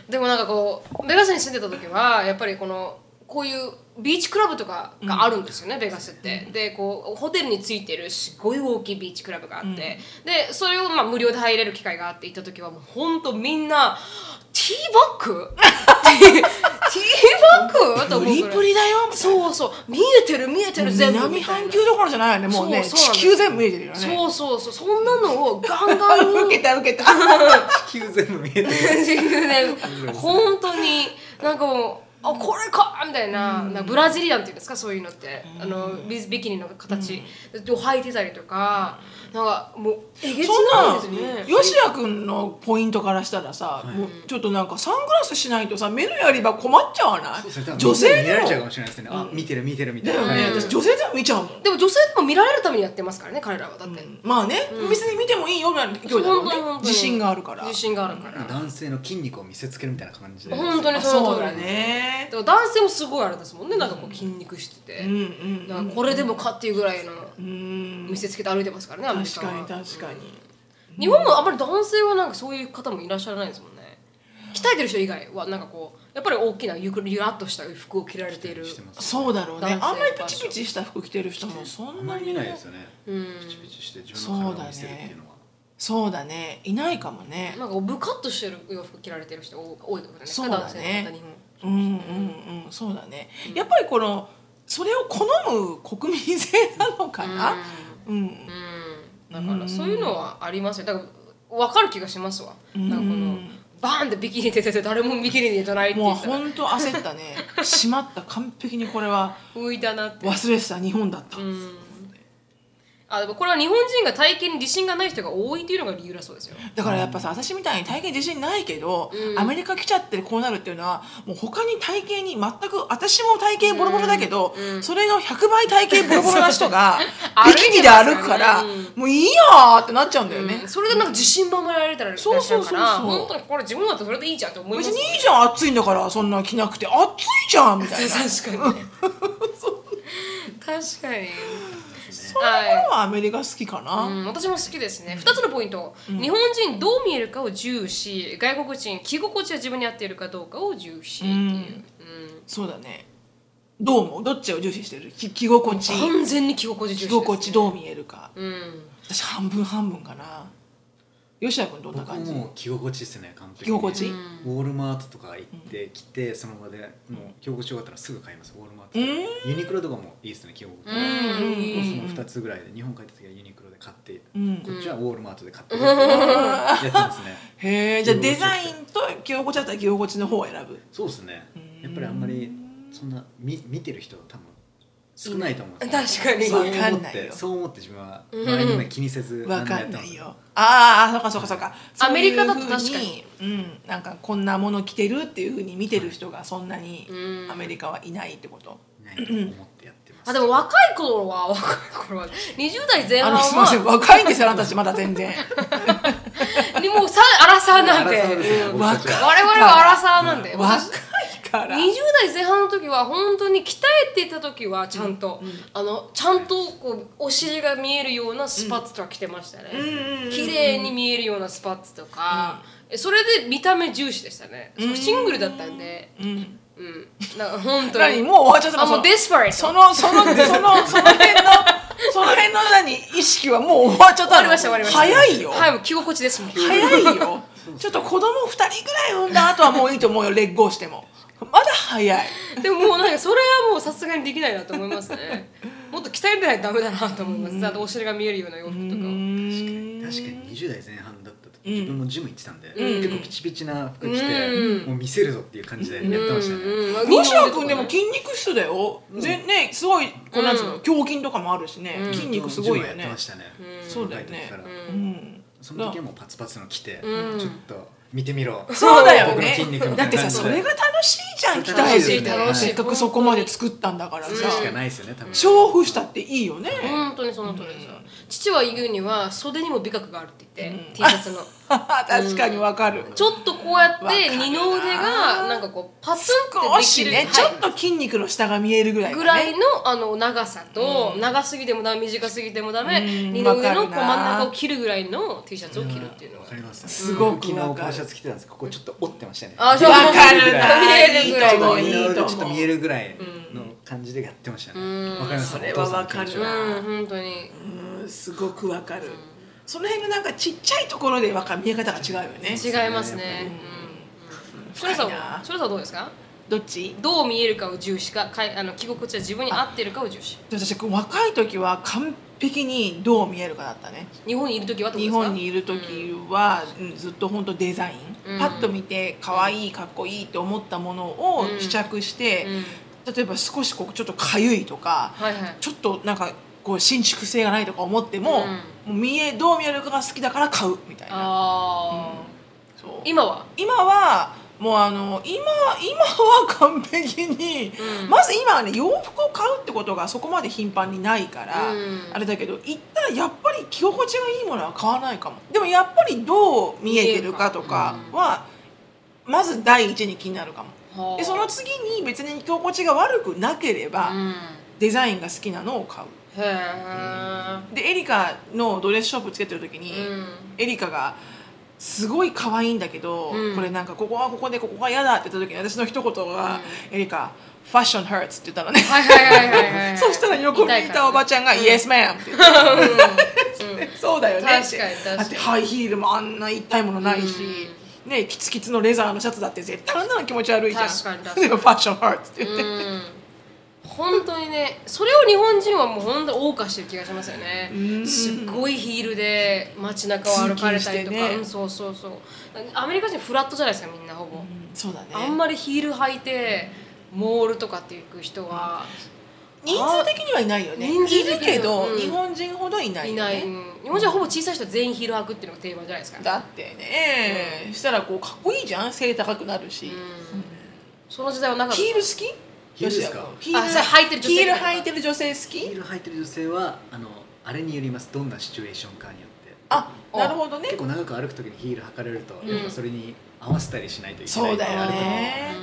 A: でもなんかこうベガスに住んでた時はやっぱりこのこういうビーチクラブとかがあるんですよね、ベガスって。でこうホテルについてるすごい大きいビーチクラブがあって、でそれをまあ無料で入れる機会があって行った時はもうほんとみんな「ティーバッ グ? 」ティーバッグと
B: プ
A: 思う
B: リ
A: ぐら
B: プ
A: い
B: リだよ
A: そうそう見えてる見えてる全部
B: 南
A: みたい
B: 半
A: な
B: 球どころじゃないよねもうね
A: そうそうなんです
B: 地球全部見えてるよね
A: そうそうそうそんなのをガンガン
B: 受けた受けた
C: 地球全部見え てる
A: 20年本当になんかもうあこれかみたいななんかブラジリアンっていうんですかそういうのってあのビビキニの形を履いてたりとかなんかもうえげつ
B: そん
A: ない
B: な
A: ですね
B: 吉谷君のポイントからしたらさ、もうちょっとなんかサングラスしないとさ目のやり場困っちゃわない
C: そうですね多分
B: 女性
C: 見ら
B: で
C: れ
B: も
C: ちゃうかもしれないですね、あ見てる見てるみ
B: だ
C: たいな、
B: よね、
A: うん
B: 私女性でも見ちゃうもん
A: でも女性でも見られるためにやってますからね彼らはだって
B: まあね、別に見てもいいよみたいな勢いだ
A: そう
B: もん
A: 本当
B: ね
A: に本当に
B: 自信があるから
A: 自信があるから
C: 男性の筋肉を見せつけるみたいな感じで
A: 本当に
B: あ
A: その
B: そう
A: 通り
B: だね
A: でも男性もすごいあれですもんねなんかこう筋肉して
B: う
A: て
B: んうん
A: だからこれでもかっていうぐらいの
B: うん
A: 見せつけて歩いてますからねアメリ
B: 確
A: カは
B: かに確かに
A: 日本もあまり男性はなんかそういう方もいらっしゃらないですもんね鍛えてる人以外はなんかこうやっぱり大きなゆくゆらっとした服を着られている
C: してます
B: そうだろうね
A: 男性
B: あんまりピチピチした服着てる人もそ
C: あん
B: ん
C: ま
B: な
C: り
B: に
C: 見ないですよね、
A: うん
C: ピチピチして自分の体を見せるっていうのは
B: そうだねいないかもね
A: なんかブカッとしてる洋服着られてる人多多いってことね
B: そうだね
A: 男性の方日
B: うんうんうんそうだねやっぱりこのそれを好む国民性なのか
A: 本
B: なうん
A: うんだからそういうのはありますよだから分かる気がしますわなんかこのバーンってビキニ出てて誰もビキニにいないって
B: も
A: 言
B: う
A: ったら
B: 本当焦ったねしまった完璧にこれは
A: 浮いたなって
B: 忘れてた日本だった
A: うんあでもこれは日本人が体型に自信がない人が多いっていうのが理由だそうですよ
B: だからやっぱさ私みたいに体型自信ないけど、
A: うん
B: アメリカ来ちゃってこうなるっていうのはもう他に体型に全く私も体型ボロボロだけど、
A: うんうん
B: それの100倍体型ボロボロな人 が
A: 歩
B: ビ
A: いてますからね
B: キニで歩くから、
A: うん
B: もういいよーってなっちゃうんだよね、
A: うんそれでなんか自信満々られたら
B: そうそうそうそう
A: らっしゃるから本当にこれ自分だとそれでいいじゃんって思います
B: 別にいいじゃん暑いんだからそんな着なくて暑いじゃんみたいな
A: 確かに確かに
B: そういうところはアメリカ好きかな、
A: うん、私も好きですね2つのポイント、日本人どう見えるかを重視外国人着心地は自分に合っているかどうかを重視っていう、
B: そうだねどう思うどっちを重視してる着着心地
A: うん完全に着心地重視です
B: 着心地どう見えるか
A: うん
B: 私半分半分かな吉田君どんな
C: 僕は
B: 感じ
C: もう着心地ですね完璧
B: 着
C: に
B: 心地
A: うん
C: ウォールマートとか行って着てその場でもう着心地よかったらすぐ買いますウォールマート
B: う
C: とか
B: ん
C: ユニクロとかもいいですね着心地
A: う
C: その
A: ん
B: うん
C: 2つぐらいで日本帰った時はユニクロで買って
B: うん
C: こっちはウォールマートで買ってやってますね
B: へえじゃあデザインと着心地だったら着心地の方を選ぶ
C: そうですねやっぱりあんまりそんな見見てる人多分少ないと思うんですよ
A: 確かに
C: そう
B: わ
C: 思
B: か
C: っ
B: んない
C: て
B: よ
C: そう思って自分は周りの目気にせず
B: わ
C: 何
B: か
C: やっ
B: ん
C: て
B: な
C: ます
B: いよああそうかそうかそうか
A: アメリカだと確かに
B: そういう風にうんなんかこんなもの着てるっていうふうに見てる人がそんなに
A: うん
B: アメリカはいないってこと
C: ないと思ってやってます
A: あでも若い頃は若い頃は20代前半
B: あの
A: は
B: すみません若いんですよあなたたちまだ全然
A: にもうさアラサーなんで
C: アラサーですよ
A: うん
C: 僕たち
A: 我々はアラサーなんで
B: 若い
A: 私
B: から
A: 20代前半の時は本当に鍛えていた時はちゃんと、
B: うんうん
A: あのちゃんとこうお尻が見えるようなスパッツとか着てましたね、
B: うんうん
A: 綺麗に見えるようなスパッツとか、えそれで見た目重視でしたね、
B: うん
A: シングルだったんで
B: うん
A: うんなんか本当
B: 何
A: に
B: もう終わっちゃった
A: あもうデスパレート
B: そのそのそのそのその辺のその辺の何意識はもう終わっちゃった
A: 終わり
B: の
A: ました終わりました
B: 早いよ、
A: はいもう着心地ですもん
B: 早いよちょっと子供二人ぐらい産んだ後はもういいと思うよレッグをしてもまだ早い
A: でももうなんかそれはもうさすがにできないなと思います ねもっと鍛えてないとダメだなと思います、だってお尻が見えるような洋服とか、
C: 確かに20代前半だったと
B: ん
C: 自分もジム行ってたんで、
A: ん
C: 結構ピチピチな服着て、
A: うん
C: もう見せるぞっていう感じでやってましたね、
A: うん
B: ロシア君でも筋肉質だよ、ぜねすごいこうなんつうの、
A: うん
B: 胸筋とかもあるしね、
A: うん
B: 筋肉すごいよ
C: ジムやって
B: ね
C: ましたね、
B: そうだよね
C: 若い時から
B: うん
C: その時はもうパツパツの着て、
A: うん
C: ちょっと見てみろ
B: そうだよ
C: 僕の
B: ね
C: 筋肉み
B: だ
C: たい
B: っ
C: な
B: てさ
C: 感じ
B: そ
C: で
B: れが楽しいじゃん鍛
C: 楽
B: え
C: しい
B: て
C: ですね
B: ね
C: 楽しい
B: せっかくそこまで作ったんだからさ
C: それしかないですよね多分
B: 重宝したっていいよね、
A: 本当にその通りですよ、父は言うには袖にも美学があるって言って、
B: うん
A: T シャ ツの
B: 確かにわかる、
A: ちょっとこうや
B: わか
A: って
B: るな
A: 二の腕がなんかこうパツンって
B: 少
A: でき
B: し
A: る、
B: ね、
A: はい
B: ちょっと筋肉の下が見えるぐらい、ね、
A: ぐらいのあの長さと、長すぎてもダメ短すぎてもダメ、
B: うん
A: 二の腕の
B: わ
A: こう
B: かる
A: 真
B: なん
A: 中を切るぐらいの T シャツを着るっていうの
C: わ
A: が
C: かります
B: すごく
C: 昨
B: わ
C: 日
B: かる
C: パーシャツ着てたんですけどここちょっと折ってましたね
A: あそう
B: わかるな
A: 見えるぐらい
B: いいと思う
C: 見
B: い
C: え
B: い
C: るち
B: と
C: ょっと
B: 思
C: 見え
B: う
C: るぐらいの感じでやってましたね
A: ん
C: わかります
B: それはわかるな
A: うん本当に
B: うんすごくわかる、その辺のなんかちっちゃいところでわか見え方が違うよね
A: 違いますねうん白さん
B: 深い
A: は
B: な
A: 白さんはどうですか
B: どっち
A: どう見えるかを重視かかいあの着心地は自分に合ってるかを重視
B: 私若い時は完璧にどう見えるかだったね
A: 日本にいる時はってこと
B: 日
A: ですか
B: 本にいる時は、うんずっと本当デザイン、
A: うん
B: パッと見て可愛いかっこいいって思ったものを
A: うん
B: 試着して
A: う、ん
B: 例えば少しこうちょっとかゆいとか
A: はいはい
B: ちょっとなんかこう伸縮性がないとか思っても,、もう見えどう見えるかが好きだから買うみたいな
A: ああ
B: そう
A: 今は
B: 今はもうあの今今は完璧に、
A: うん
B: まず今はね洋服を買うってことがそこまで頻繁にないから、
A: うん
B: あれだけど一旦やっぱり着心地がいいものは買わないかもでもやっぱりどう見えてるかとかは、まず第一に気になるかも
A: はあ
B: でその次に別に着心地が悪くなければ、
A: うん
B: デザインが好きなのを買う
A: へえ
B: でエリカのドレスショップつけてる時に、
A: うん
B: エリカがすごい可愛いんだけど、
A: うん
B: これなんかここはここでここは嫌だって言った時に私の一言が「エリカファッション hurts」って言ったのね、
A: はいはいはいはいはい
B: そしたら横にいたおば
A: ち
B: ちゃんが「イエスマ m って言って「 そうだよね」っ
A: 確
B: て
A: かに確かに
B: だってハイヒールもあんな痛いものないし、ねキツキツのレザーのシャツだって絶対あんなの気持ち悪いじゃん
A: 確かに確かに
B: でもファッション hurts って言って、
A: うん本当にねそれを日本人はもう本当に謳歌してる気がしますよねすっごいヒールで街中を歩かれたりと
B: 通勤し
A: か、
B: てね
A: うん、そうそうそうアメリカ人フラットじゃないですかみんなほぼ、
B: そうだね
A: あんまりヒール履いてモールとかって行く人は
B: 人数的にはいないよね
A: 人数
B: い
A: 的には
B: るけど、
A: うん
B: 日本人ほどいない
A: い
B: よね
A: ない、うん日本人はほぼ小さい人は全員ヒール履くっていうのが定番じゃないですか
B: だってね、したらこうかっこいいじゃん背高くなるし、
A: うんその時代はなかった
B: ヒール好き
C: ヒールですか
B: よしよヒール
A: あそれ履いてる女性
B: ヒール履いてる女性好
C: ヒー
B: き
C: ル履いてる女性はあのあれによりますどんなシチュエーションかによって
B: あなるほどね
C: 結構長く歩く時にヒール履かれると、
A: ん
C: やっぱそれに合わせたりしないといけない
B: そうだよね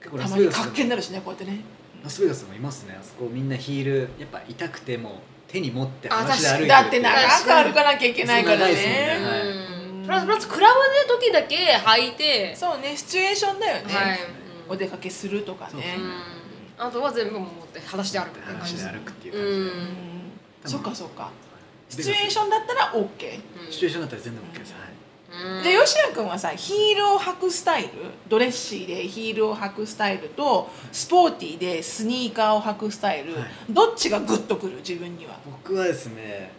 C: 結構
B: た
C: ラス
B: ま
C: ベ
B: に
C: ガス
B: かっけ
C: で
B: に
C: も
B: なるしねこうやってね
C: ラスベガスもいますねあそこみんなヒールやっぱ痛くても手に持って裸足で歩いてる
B: だって長
A: 確
B: く歩かなきゃいけないから
C: そう長いですもん
B: ね
C: ねはい
A: うんプラスプラスクラブの時だけ履いて
B: そうねシチュエーションだよね、
A: はい
B: お出かけするとかね
A: うんあとは全部持って裸足で歩くって感
C: 裸
A: じ
C: 足
A: です
C: で歩くっていう
A: う
C: 感じ
B: うん
C: で、
A: ん
B: そっかそっかシ
C: ベガス
B: チュエーションだったら OK
C: シチュエーションだったら全然 OK です、はい
A: うん
B: で吉野君はさヒールを履くスタイルドレッシーでヒールを履くスタイルとスポーティーでスニーカーを履くスタイル、
C: はい
B: どっちがグッとくる自分には
C: 僕はですね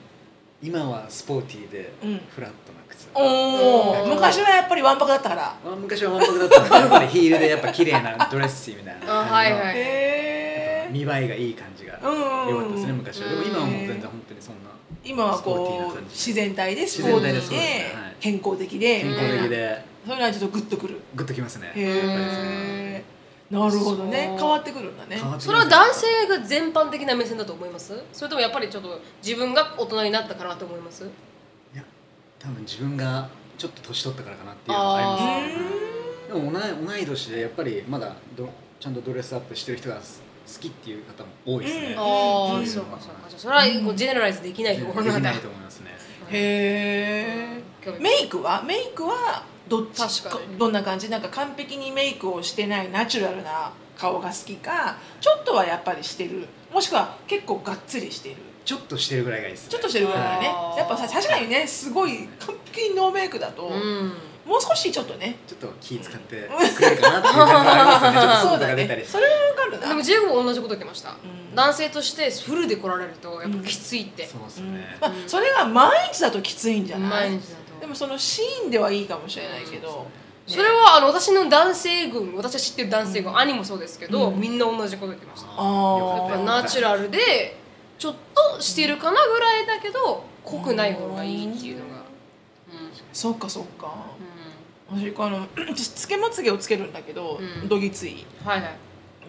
C: 今はスポーティーで
B: うん
C: フラットな靴、
B: お
A: う
B: お
A: ん
B: 昔はやっぱりわんぱくだったから
C: まあ昔はワンパクだったんでやっぱりヒールでやっぱ綺麗なドレッシーみたいな
A: あはいは
C: 感
A: い
C: じ
B: へ
C: の見栄えがいい感じが良
B: うんうんうん
C: かったですね昔はでも今はもう全然本当にそんな
B: 今は
C: スポーティーな
B: こう
C: 感じ
B: 自然体でスポーティ
A: 自然体でそ
B: ー
A: う
B: で
C: ですねはい
B: 健康的で
C: 健
B: みたい
C: 康
B: な
C: 的で
B: そういうのはちょっとグッとくる
C: グッときますね
B: へ
C: やっぱりその
B: えなるほどね
A: そう
B: 変わってくるんだね
C: 変わってきます
A: それは男性が全般的な目線だと思いますそれともやっぱりちょっと自分が大人になったからと思います
C: いや多分自分がちょっと年取ったからかなっていうのはありますねでも同い同い年でやっぱりまだどちゃんとドレスアップしてる人が好きっていう方も多いですね。
B: うん
A: ああ、
B: うん
A: そうかそうかじゃあそれはこうジェネラライズできないところ
C: で
A: な
C: き
A: んだ
C: ないと思いますね。
B: へ
A: 興味
B: えメイクはメイクはどっち
A: 確かに
B: どんな感じなんか完璧にメイクをしてないナチュラルな顔が好きかちょっとはやっぱりしてるもしくは結構がっつりしてる
C: ちょっとしてるぐらいがいいです、ね。
B: ちょっとしてるぐらいね
A: あー
B: やっぱさ確かにねすごい完璧にノーメイクだと、
A: うん
B: もう少しちょっとね
C: ちょっと気使ってくれるかなっていう感じが ありますよね。 ちょっ
B: そ
C: と
B: う
C: 外
B: だ
C: が出た
B: ね
C: りして。
B: それはわかる
A: で
B: な
A: もジェイコブも同じこと言ってました、
B: うん
A: 男性としてフルで来られるとやっぱきついって、
C: そうです
B: うん
C: ね。
B: まあ、それが毎日だときついんじゃな
A: 毎
B: い
A: 日だと
B: でもそのシーンではいいかもしれないけど、
A: それはあの私の男性群私は知ってる男性群、兄もそうですけど、
B: うん
A: みんな同じこと言ってました、
B: あ
A: や
B: ー
A: っぱナチュラルでちょっとしてるかなぐらいだけど濃くない方がいいっていうのが、
B: そっかそっか
A: う
B: 私あの 私つけまつげをつけるんだけど、
A: うん
B: どぎつい
A: ん、はいはい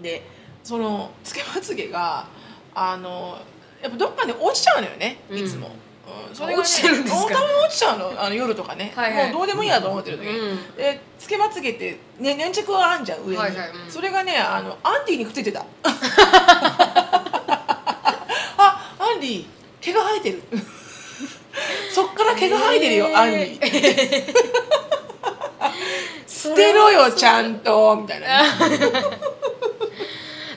B: でそのつけまつげがあのやっぱどっかで落ちちゃうのよね
A: うん
B: いつも、うんそれが、ね、
A: 落ちてるんですか
B: おたまに落ちちゃうのあの夜とかね
A: はいはい
B: もうどうでもいいやと思ってる時、
A: うん
B: でつけまつげって、ね、粘着があんじゃん上に、
A: はいはいうん
B: それがねあのアンディにくっついて たあアンディ毛が生えてるそっから毛が生えてるよ、
A: えー
B: アンディ 捨てろよちゃんとみたいな、 ね、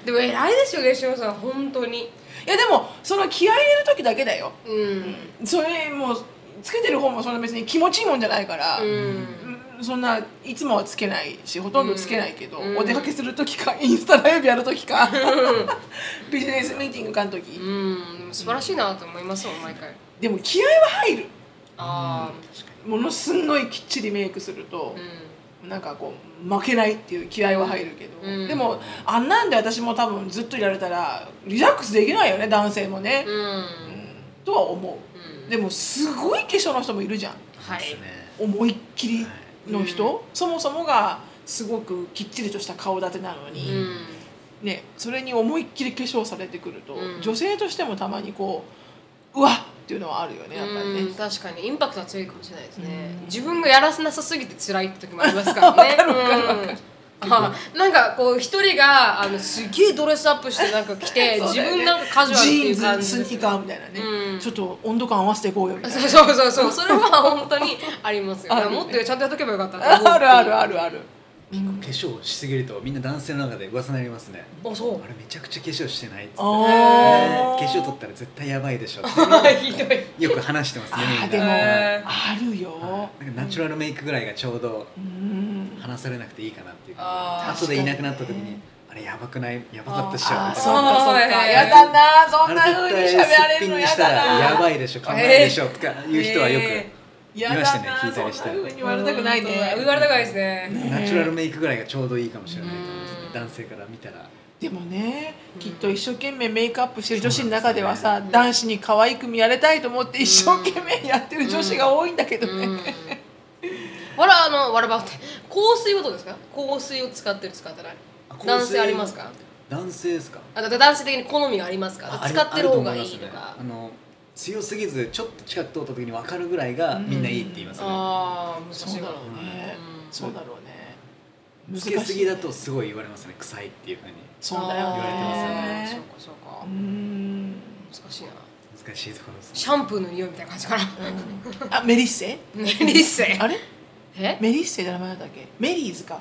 A: でも偉いですよねしさん本当に
B: いやでもその気合い入れる時だけだよ
A: うん
B: それもうつけてる方もそんな別に気持ちいいもんじゃないから、
A: うん
B: うんそんないつもはつけないしほとんどつけないけど、
A: うん
B: お出かけする時か インスタライブやる時か ビジネスミーティングかの時、
A: うんでも素晴らしいなと思いますもん毎回
B: でも気合は入る
A: ああ
B: ものすんごいきっちりメイクすると
A: う、
B: なんかこう負けないっていう気合は入るけど、
A: うん
B: でもあんなんで私も多分ずっといられたらリラックスできないよね男性もね、
A: んうん
B: とは思
A: うん
B: うでもすごい化粧の人もいるじゃん
A: はい
C: そうですね。
B: 思いっきりの人、
A: は
B: そもそもがすごくきっちりとした顔立てなの
A: う
B: に、
A: ん
B: ね、それに思いっきり化粧されてくると、
A: うん
B: 女性としてもたまにこううわっっていうのはあるよねやっぱりね。
A: うん確かにインパクトは強いかもしれないですね、
B: うん
A: 自分がやらせなさすぎて辛いって時もありますから ねうんあなんかこう一人があのすげえドレスアップしてなんか着て、
B: そう
A: 自
B: だよね
A: 分なんかカジュアルっていう感じ
B: ジーンズスニーカーみたいなね、
A: うん
B: ちょっと温度感合わせていこうよみたいな
A: そうそうそうそうそれは本当にありますよ、
B: あ
A: ね、
B: るね
A: もっとちゃんとやっとけばよかったって思う
B: あるあるあるある
C: 化粧しすぎるとみんな男性の中で噂になりますね。
A: あ そう
C: あれめちゃくちゃ化粧してないっつって。ね
B: あ
C: 化
B: ー
C: 粧取ったら絶対やばいでしょっ
A: ひどい
C: てよく話してますね
B: あー
C: み
B: で
C: ん
B: も
C: な。
A: え
B: あるよ、
C: なんかナチュラルメイクぐらいがちょうど
B: うん、
C: 話されなくていいかなっていう
A: あー
C: か後でいなくなった時
B: 確かに
C: に
B: ね
C: あれやばくないやばかったっしょ
B: あー
C: み
B: そう
C: たいな
B: かそうか
A: あー
B: やだなそんな風に喋られるの
C: に
B: や
C: したら
B: だ
C: や
B: な
C: ばいでしょ考えでしょとかいう人はよ
A: え
B: や
C: いました
B: だ
C: ね
B: な
C: 聞いたりし
B: そ
C: た
B: んな風
C: ら
B: に言われたくないね
A: 言われたくないですね
C: くナチュラルメイクぐらいがちょうどいいかもしれないと思いますね
A: うん
C: 男性から見たら
B: でもね、きっと一生懸命メイクアップしてる女子の中ではさ、男子に可愛く見られたいと思って一生懸命やってる女子が多いんだけどね、
A: わらあのわらばって香水はどうですか香水を使ってる使ってない
C: あ香水
A: 男性ありますか
C: 男性ですか
A: あだって男性的に好みがありますか
C: あ
A: ら
C: あり
A: 使ってる方が
C: あ
A: い
C: る
A: い
C: 思
A: と
C: ますね
A: か
C: あの強すぎずちょっと近く通った時に分かるぐらいがみんないいって言いますね
A: ああ難し
B: そ
A: いう
B: だ
A: か
B: ろうね、
A: うん
B: そうだろうね難
C: つ
B: しい
C: けすぎだとすごい言われますね臭いっていうふうに
B: そうだよ
A: 言われてますよね
B: ね
A: そうかそうう
B: ー
A: か
B: ん
A: 難しいな
C: 難しいところですね
A: シャンプーの匂いみたいな感じかな
B: あメリッセ
A: メリッセ
B: あれ
A: え
B: メリッセって名前なんだっけメリーズか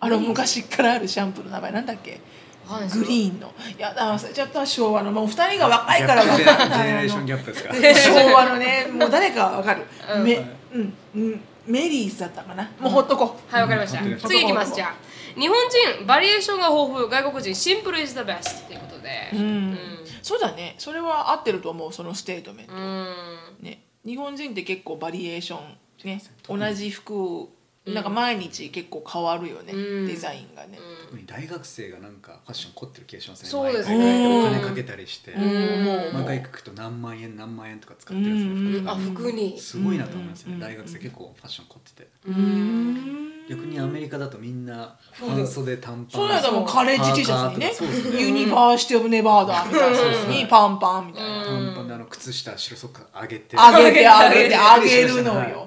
B: あの昔からあるシャンプーの名前なんだっけグ
A: ーン
B: リーンのいやだ忘れちゃった昭和のもう二人が若いから
C: ギャップ
B: 分
C: ジ
B: か
C: ェ
B: ん
C: ジェネ
B: な
C: レー
B: い
C: ション
B: の
C: ギャッ プですか
B: 昭和のねもう誰かわかる、
A: うん
B: メうんうんメリーズだったかなもうほっとこう、
A: はいわかりました
C: うん本当に
A: 次いきますじゃあ日本人バリエーションが豊富外国人シンプル is the best ということで
B: うんそうだねそれは合ってると思うそのステートメント、
A: うん
B: ね、日本人って結構バリエーション、ね、同じ服なんか毎日結構変わるよね、
A: うん
B: デザインがね、
C: 特に大学生がなんかファッション凝ってる気がしますね
A: そうです
B: ね
C: 毎回お金かけたりして
B: うんもう
C: 毎回行くと何万円何万円とか使ってるやつね
B: うん
C: 服とか
A: あ服に
C: すごいなと思います
B: う
C: ね
B: ん
C: 大学生結構ファッション凝ってて
B: うん
C: 逆にアメリカだとみんな半袖短パン
B: そうなんだもうカレッジ T シャツにね
C: パーカーとかそうですね
B: ユニバーシティ・オブ・ネバーダーみたいな
C: うん
B: のにパンパンみたいな
C: 短パンであの靴下白ソックス上げて
B: あげてあ
A: あ
B: げ
A: げ
B: て
A: て
B: あげるの
C: はい
B: よ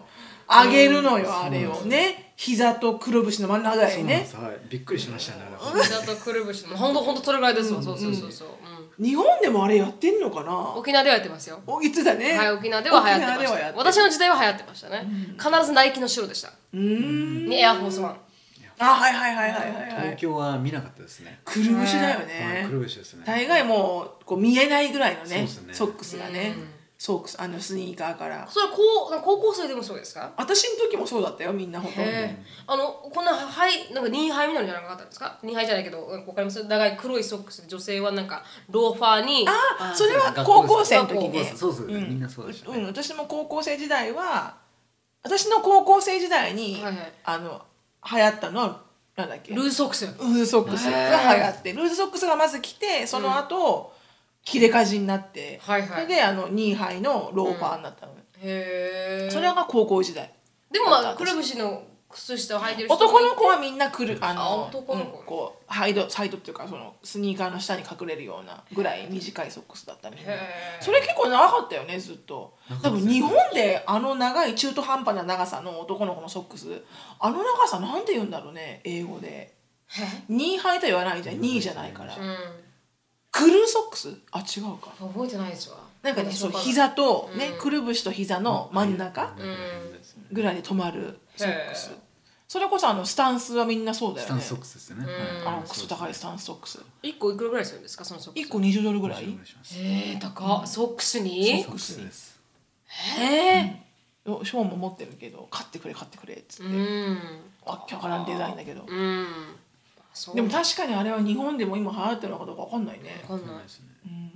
B: あげるのよ
C: うん
B: あれを
C: そうなんです
B: ね膝とくるぶしの真ん中ぐらいね
C: はい、びっくりしましたね。
A: 膝とくるぶしのほんとほんとそれぐらいですわ、そうそうそうそう、うん
B: 日本でもあれやってんのかな
A: 沖縄ではやってますよ
B: お言ってたね、
A: はい、沖縄では流行ってま
B: 沖縄
A: し
B: ではや
A: た
B: って
A: 私の時代は流行ってましたね、必ずナイキの白でした、
B: うーん
A: にエアフォースワン
B: あはいはいはいはいはいは
C: 東
B: い
C: 京は見なかったですね。
B: くるぶしだよ
C: は
B: ね
C: いくるぶしですね。
B: 大概もうこう見えないぐらいの
C: そう
B: ね
C: ですね
B: ソックスがね、ソックスあのスニーカーから
A: それは高高校生でもそうですか
B: 私の時もそうだったよみんなほとんど
A: へえあのこんなはいなんかニーハイみたいなのじゃなかったんですかニーハイじゃないけどわかります長い黒いソックスで女性はなんかローファーに
B: あそれは高校生の時
C: 高校
B: ね
C: 生そうですね、
B: うん
C: みんなそうでした
B: うん、
C: ね。
B: 私も高校生時代は私の高校生時代に、
A: はいはい
B: あの流行ったのはなんだっけ
A: ルーズソックス
B: ルーズソックスが流行ってルーズソックスがまず来てその後、切れかじになって、
A: はいはい
B: それであのニーハイのローファーになったの、
A: へえ
B: それが高校時代
A: でもまあくるぶしの靴下を履いてる人もいて
B: 男の子はみんなくるあの
A: あ男の子
B: うんこうハイドサイドっていうかそのスニーカーの下に隠れるようなぐらい短いソックスだったみんな
A: へえ
B: それ結構長かったよねずっと
C: 長か
B: 多
C: ったで
B: 分
C: すね
B: 日本であの長い中途半端な長さの男の子のソックスあの長さなんて言うんだろうね英語で「ニーハイ」とは言わないじゃん「ニー」じゃないから
A: うん
B: クルーソックスあ違うか
A: 覚えてないですわ
B: なんかねそう
A: わ
B: 膝とね、
A: うん
B: くるぶしと膝の真ん中
C: うん
B: ぐらいで止まるソックス
A: へえ
B: それこそあのスタンスはみんなそうだ
C: ス
B: よ
C: タン
B: ね
C: スソックスですよね。
A: うん
B: あのクソ高いスタンスソックス
A: 一個いくらぐらいするんですかそのソックス
B: 1個20ドルぐ
C: ぐ
B: らい
A: へえ高っソックスに
C: ソックスです。
A: へえ
B: おショーンも持ってるけど買ってくれ買ってくれっつっ
A: う
B: て
A: ん
B: わっきゃわからんデザインだけど
A: うんそう
B: でも確かにあれは日本でも今流行ってるのかどうかわかんないね
A: わかんない
C: す
A: うん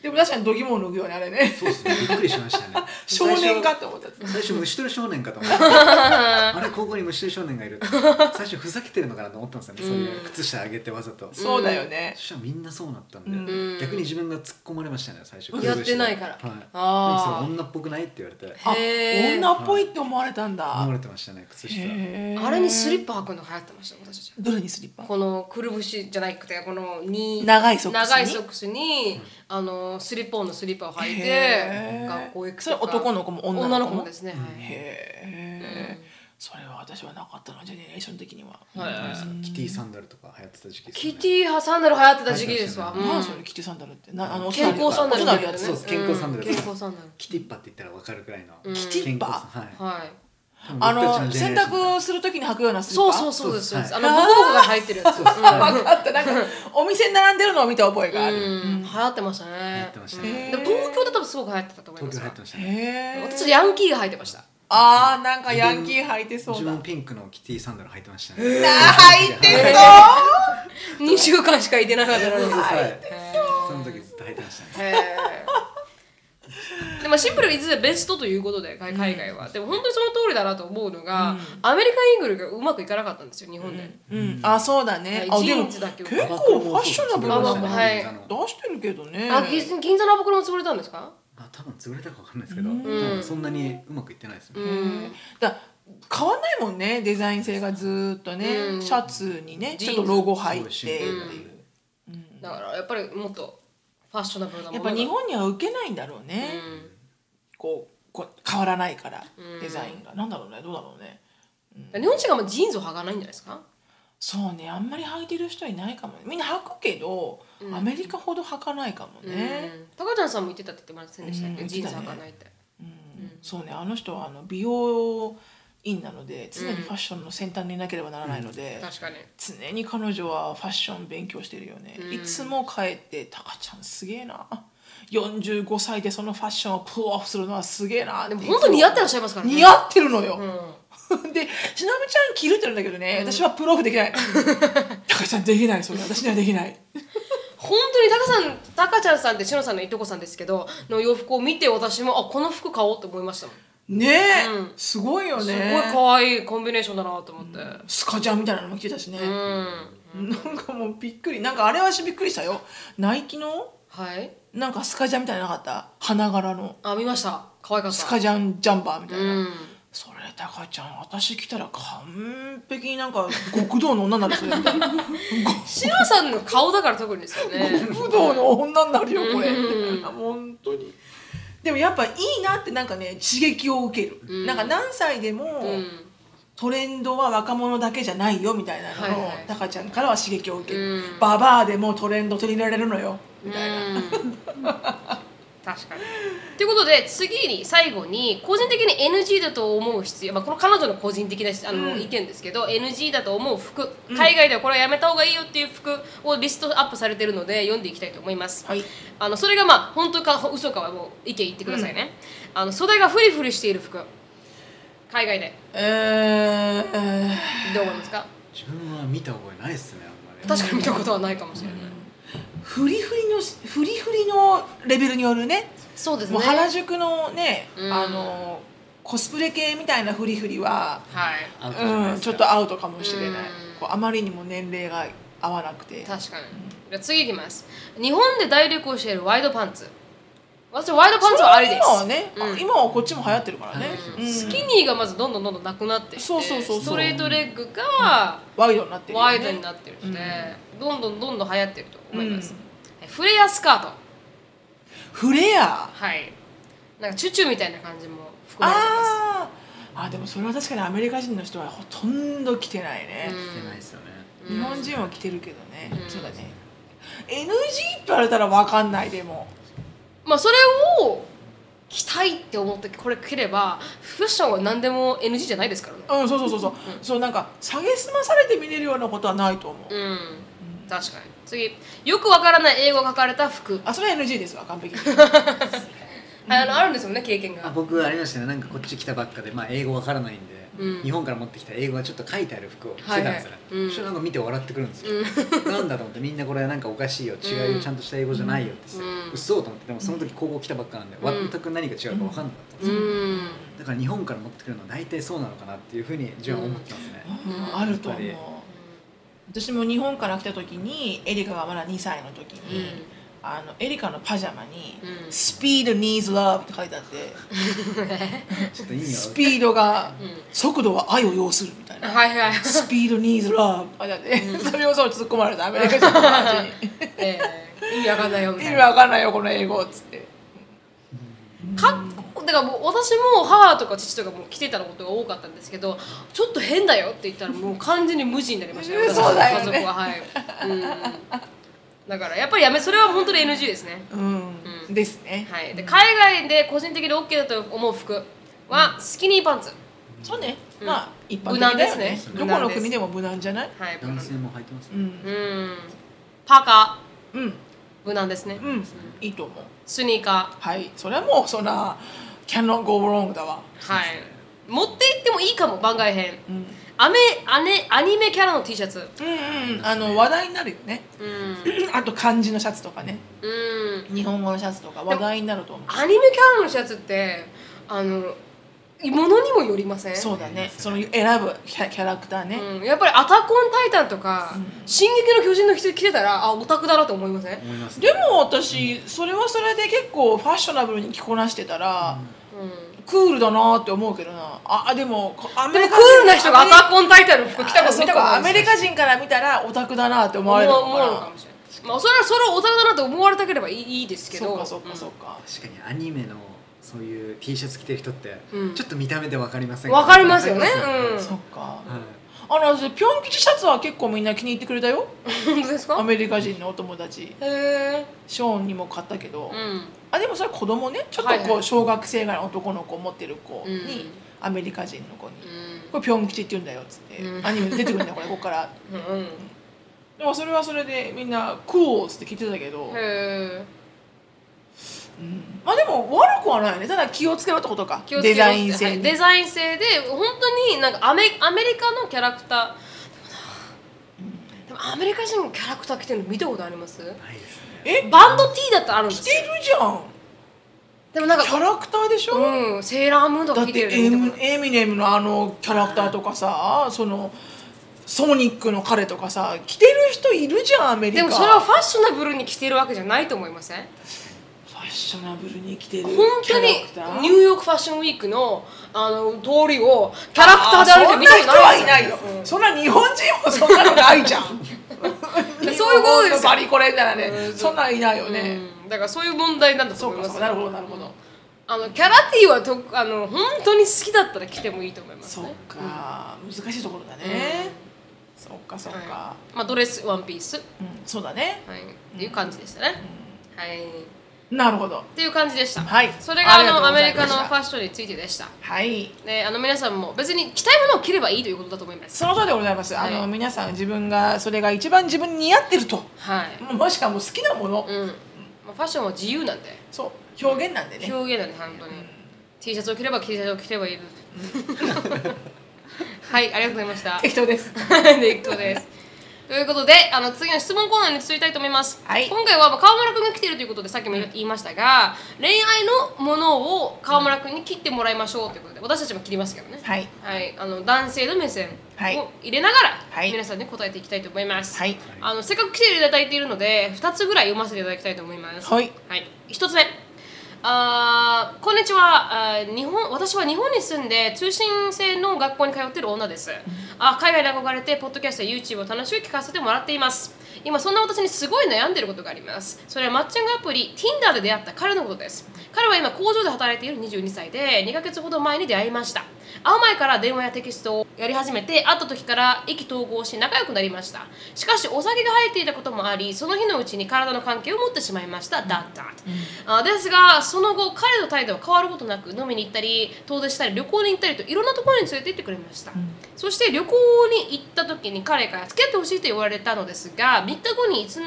B: でも確かに度肝を抜くよねあれね
C: そうですね。びっくりしましたね。
B: 少年かって思ったやつ
C: 最初。最初虫取り少年かと思って。あれ高校に虫取り少年がいるって。最初ふざけてるのかなと思ったんですよね。そういう靴下上げてわざと。
B: そうだよね
C: そしたらみんなそうなったんで、
A: うん
C: 逆に自分が突っ込まれましたね最初
A: やってないから
C: はい、
A: あー
C: なんかそれ女っぽくないって言われて
B: あ
A: へー
B: 女っぽいって思われたんだ
C: 思われてましたね靴下
B: へー
A: あれにスリッパ履くの流行ってました私たち
B: どれにスリッパ
A: このくるぶしじゃなくてこのに
B: 長いソックスに
A: 長いソックスにあのスリッポンのスリッパを履い
B: へ
A: て
B: ー
A: 学校行く
B: それ男の子も女の子も
A: 女の子もですねはい
B: へえそれは私はなかったなジェネレーション的には
A: はい
C: キティサンダルとか流行ってた時期ですよ
A: キ
C: ね
A: ティ派サンダル流行ってた時期ですわ
C: 流
A: うん
B: 何それキティサンダルってなあの
A: 健康サンダル
B: 大人
A: みたいな
B: のやつ
A: ね
C: そうです健康サンダル
A: うん健康サンダル
C: キティッパって言ったらわかるくらいの、
A: キ
B: ティッパ
C: はい
A: はい
B: あ
C: 多分僕たち
B: の
C: ジェ
B: 洗
C: ネレーション
B: 濯するときに履くようなスリッ
A: そう
B: パ
A: そうそうですそうですあのボ
B: はい
A: コボコが入ってるやつ
C: そううそうはい
B: 分かったなんかお店に並んでるのを見た覚えがある、
A: ん流行ってました
C: 流
A: ね
C: 行ってました
A: うん
C: ね
A: でも東京で多分すごく流行ってたと思いま
C: 東
A: すわ
C: 京流行ってましたね
B: へえ
A: 私はヤンキーが入ってました
B: あーなんかヤンキー履いてそう
C: 自
B: だな
C: 分もピンクのキティサンダル履いてましたね
B: 履いてそう
A: 2週間しかいてなかったのに
C: そうそうはいその時ずっと履いてましたね
A: でもシンプルにいずれベストということで海海外は、でも本当にその通りだなと思うのが、アメリカンイングルがうまくいかなかったんですよ日本で、
B: うん、あそうだね
A: は
B: あ
A: いジ
B: で
A: ー
B: も
A: ンズ
B: 結
A: だけ
B: 構
A: を
B: ファッショナブル
A: あ
B: な
A: まあ
B: の
A: まあ
B: ね
A: はい
B: 出してるけどね
A: あ銀銀座のアボクロも潰れたんですか
C: あ多分潰れたかわかんないですけど、多分そんなにうまくいってないですね、
A: うん
B: だ変わんないもんねデザイン性がずーっとね、
A: うん
B: シャツにね
A: ジーン
B: ち
A: ズ
B: ょっとロゴ入ってっ
C: す
B: て
C: ごいシン
B: い
C: プル
B: う
C: で、
A: だからやっぱりもっとファッショナブルなも
B: やっ
A: の
B: ぱ
A: が
B: 日本には受けないんだろうね、こうこう変わらないから
A: うん
B: デザインが、なんだろうねどうだろうね
A: うん日本人があんまジーンズを履かないんじゃないですか
B: そうねあんまり履いてる人いないかもねみんな履くけど、
A: うん
B: アメリカほど履かないかもね、
A: うん高ちゃんさんも言ってたって言ってませんでしたっけ、
B: うん
A: ジーンズ履かないって、
B: うんそうねあの人はあの美容院なので常にファッションの先端にいなければならないので、
A: 確かに
B: 常に彼女はファッション勉強してるよね、
A: うん
B: いつも帰って「タカちゃんすげえな45歳でそのファッションをプルオフするのはすげえな」
A: でも本当に似合ってらっしゃいますからね
B: 似合ってるのよ、
A: うん
B: でしなみちゃん着るって言うんだけどね、私はプルオフできないタカちゃんできないそれ私にはできない
A: 本当にタカさんタカちゃんさんってしのさんのいとこさんですけどの洋服を見て私もあこの服買おうと思いましたもん、
B: ねえ、
A: うん
B: すごいよね
A: すごい可愛いコンビネーションだなと思って
B: スカジャンみたいなのも着てたしね、
A: うん、
B: なんかもうびっくりなんかあれはしびっくりしたよナイキの
A: はい
B: なんかスカジャンみたいなのなかった花柄の
A: あ見ました可愛かった
B: スカジャンジャンバーみたいな、
A: うん
B: それタカちゃん私来たら完璧になんか極道の女になるそれ
A: しのさんの顔だから特にですよね
B: 極道の女になるよこれ
A: うん
B: 本当にでもやっぱいいなってなんかね刺激を受ける、なんか何歳でも、
A: うん
B: トレンドは若者だけじゃないよみたいなのを、
A: はいはい
B: タカちゃんからは刺激を受ける、
A: うん
B: ババアでもトレンド取り入れられるのよみたいな、
A: うん確かに。ということで次に最後に個人的に NG だと思う必要、まあ、この彼女の個人的なあの、
B: うん
A: 意見ですけど NG だと思う服海外ではこれはやめた方がいいよっていう服をリストアップされてるので読んでいきたいと思います。
B: はい
A: あのそれがまあ本当か嘘かはもう意見言ってくださいね。あの袖がフリフリしている服海外で
B: えーえー
A: どう思いますか
C: 自分は見た覚えないっすねあんまり
A: 確かに見たことはないかもしれない。
B: フリフリのフリフリのレベルによるね
A: そうですね。
B: もう原宿のね、
A: うん
B: あのコスプレ系みたいなフリフリは、
A: はい。
C: アウトじゃな
B: う
C: い
B: ん、
C: です
B: ちょ
C: か
B: っとアウトかもしれない、
A: うん
B: こうあまりにも年齢が合わなくて
A: 確かにじゃあ次いきます日本で大流行しているワイドパンツ私ワイドパンツはありです
B: それは今はね、あ
A: うん
B: 今はこっちも流行ってるからね、
C: う
B: うん
A: スキニーがまずどんどんどんどんなくなっていって
B: そうそうそうそう
A: ストレートレッグが
B: ワイドになってるよね
A: ワイドになってるので、どんどんどんどん流行ってると思います
B: うん、
A: えフレアスカート
B: フレア
A: はいなんかチュチュみたいな感じも含まれてま
B: あーあでもそれは確かにアメリカ人の人はほとんど着てないね、
A: うん
C: してないっすよね
A: うん
B: 日本人は着てるけどね、
A: うん
B: そうだね NG って言われたら分かんないでも
A: すまあそれを着たいって思ってこれ着ればファッションは何でも NG じゃないですからね
B: うんそうそうそうそう、そうなんか下げすまされて見れるようなことはないと思う、
A: うん確かに次よくわからない英語が書かれた服
B: あそれは NG ですわ 完璧に
A: あのあるんですよね経験
C: あ
A: が。
C: 僕ありましたねなんかこっち来たばっかで、まあ、英語わからないんで、
A: うん
C: 日本から持ってきた英語がちょっと書いてある服を着てたんですよね、
A: はいはいうん
C: そしたらなんか見て笑ってくるんですよ、 なんだと思ってみんなこれなんかおかしいよ違うよ、
A: うん
C: ちゃんとした英語じゃないよって言って、
A: うん
C: 嘘と思ってでもその時高校来たばっかなんで、
A: うん
C: 全く何が違うかわかんなかったんです
A: う
C: よ、
A: ん。
C: だから日本から持ってくるのは大体そうなのかなっていうふうに自分は思ってますね、
B: うんあると思う
C: やっぱ
B: 私も日本から来た時にエリカがまだ2歳の時に、あのエリカのパジャマに
A: う
B: 「
A: ん
B: スピード needs love」って書いてあって、
C: ちょっと意味
B: ス
C: は
B: ピードが、
A: ん
B: 速度は愛を要するみたいな
A: はいはい。
B: 「スピード needs love」って書いてあって、それをそう突っ込まれたアメリカ人の友達に
A: ええ意味わかんないよみ
B: 意
A: たい
B: 味
A: な。
B: わかんないよこの英語っつって
A: かだからもう私も母とか父とかも着てたことが多かったんですけどちょっと変だよって言ったらもう完全に無視になりましたよ
B: うんそうだよね
A: 私の家族ははい、うん、だからやっぱりやめそれは本当に NG ですね
B: うん、
A: うん
B: ですね、
A: はいで海外で個人的に OK だと思う服はスキニーパンツ
B: そうね、
A: うん
B: まあ一般
A: 無
B: 的
A: 難
B: だ
A: で
B: よ
A: すね
B: ねどこ
A: 無難
B: の
A: です
B: 国でも無難じゃない
A: はい
C: 男性も履いてます
B: う
C: ね、
B: ん
A: うんパーカ
B: うん
A: ー無難ですね、
B: うんいいと思う
A: スニーカ
B: はいそれはもうそんな cannot go wrong だわ
A: ーはい持って行ってもいいかも番外編
B: うん、うん
A: アメアネアニメキャラの T シャツ
B: うんあの話題になるよね
A: うん
B: あと漢字のシャツとかね
A: うん
B: 日本語のシャツとか話題になると思う
A: アニメキャラのシャツってあのものにもよりません
B: そうだねその選ぶキャキャラクターね、
A: うん、やっぱり「アタコンタイタン」とか「進撃の巨人」の人着てたらあオタクだなと思いません、
C: 思いますね
B: でも私それはそれで結構ファッショナブルに着こなしてたら、
A: うん、
B: クールだなって思うけどなああでもこア
A: でもクールな人が「アタコンタイタン」の服着たこ
B: あ
A: と
B: そ
A: 見
B: う
A: たこと
B: か
A: な
B: ア
A: い
B: メ
A: です
B: リカ人から見たらオタクだなって思われる
A: 思
B: の
A: う思うの
B: か
A: かもしれない、まあ、それはそれをオタクだなと思われたければいいいいですけ
B: な
A: ど
B: そっかそっかそっ
A: か
B: か、
C: 確かにアニメのそういう T シャツ着てる人って、
A: うん
C: ちょっと見た目でわかりません
A: わかりますよね
C: わかりま
A: う
C: す
A: ん
B: そっか
C: よね
B: あの私ピョン吉シャツは結構みんな気に入ってくれたよ
A: 本当です
B: ア
A: か
B: メリカ人のお友達
A: へえ
B: ショーンにも買ったけど、
A: うん
B: あでもそれは子供ねちょっと
A: はい
B: こ
A: は
B: う
A: い
B: 小学生ぐらいの男の子を持ってる子に、
A: うん
B: アメリカ人の子に
A: うん
B: 「これピョン吉って言うんだよ」っつって、
A: うん
B: アニメで出てくるんだよこれここから」
A: うんへ
B: でもそれはそれでみんな「クオー」っつって聞いてたけど、
A: え
B: うんまあでも悪くはないよねただ気をつけろってことか
A: 気をつけ
B: デ
A: ろっ
B: ザ
A: て
B: イン
A: は
B: 性
A: い
B: に、
A: デザイン性で本当になんかアメアメリカのキャラクターでもなでもアメリカ人のキャラクター着てるの見たことあります
C: ないですね
B: え
A: バンド T だってあるんで
B: 着
A: す
B: て
A: よ
B: るじゃん
A: でもなんか
B: キャラクターでしょ、
A: うんセーラームーンとか
B: だっ
A: 着
B: て
A: てる
B: エ
A: の見た
B: ミ
A: ことない
B: エミネムのあのキャラクターとかさそのソニックの彼とかさ着てる人いるじゃんアメリカ
A: でもそれはファッショナブルに着てるわけじゃないと思いません
B: ファッショナブルに着てる
A: 本
B: キ
A: 当
B: ャ
A: に
B: ラクター
A: ニューヨークファッションウィークのあの通りをキャラクターで歩いて
B: あーそん
A: 見
B: な
A: たこ
B: 人
A: とな
B: はいい
A: です
B: ないよ、そんな日本人もそんなのな いじゃん
A: そういうことですよ
B: 日本のバリコレみたいなね、そんなんいないよね、
A: うんだからそういう問題なんだと
B: そう
A: 思い
B: か
A: ます
B: そうかなるほどなるほど、
A: あのキャラティーはとあの本当に好きだったら来てもいいと思います
B: そう
A: ね
B: か、難しいところだね、そうかそうか、
A: はいまあ、ドレスワンピース、
B: うん、そうだね、
A: はい、っていう感じでしたね、はいっ
B: なるほど
A: ていう感じでした、
B: はい
A: それがあの
B: あ
A: ア
B: り
A: メ
B: が
A: リ
B: とうご
A: カの
B: ざいました
A: ファッションについてでした
B: はい
A: ね、あの皆さんも別に着たいものを着ればいいということだと思います。
B: その通りでございます、あ
A: は
B: の
A: い
B: 皆さん自分がそれが一番自分に似合ってると
A: はい。
B: もしくはもう好きなもの、
A: うん。まあ、ファッションは自由なんで、
B: そう表現なんでね
A: 表現なんで本当に。T シャツを着れば T シャツを着ればいいです。 はい、ありがとうございました。
B: 適当です
A: で、当です。ということで、あの次の質問コーナーに移りたいと思います。
B: はい
A: 今回はまあ川村くんが来ているということで、さっきも言いましたが、恋愛のものを川村くんに切ってもらいましょうということで、私たちも切りますけどね。
B: はい
A: はい、あの男性の目線
B: はい
A: を入れながら、
B: はい
A: 皆さんに答えていきたいと思います、
B: はい
A: あのせっかく来ていただいているので2つぐらい読ませていただきたいと思います
B: はい、
A: 1つ目あーこんにちはあー日本私は日本に住んで通信制の学校に通っている女ですあー海外に憧れてポッドキャストや YouTube を楽しく聞かせてもらっています今そんな私にすごい悩んでいることがありますそれはマッチングアプリ Tinder で出会った彼のことです彼は今工場で働いている22歳で2ヶ月ほど前に出会いました会う前から電話やテキストをやり始めて会った時から意気投合し仲良くなりましたしかしお酒が入っていたこともありその日のうちに体の関係を持ってしまいましただったあですがその後彼の態度は変わることなく飲みに行ったり遠出したり旅行に行ったりといろんなところに連れて行ってくれました、そして旅行に行った時に彼から付き合ってほしいと言われたのですが3日後にいつ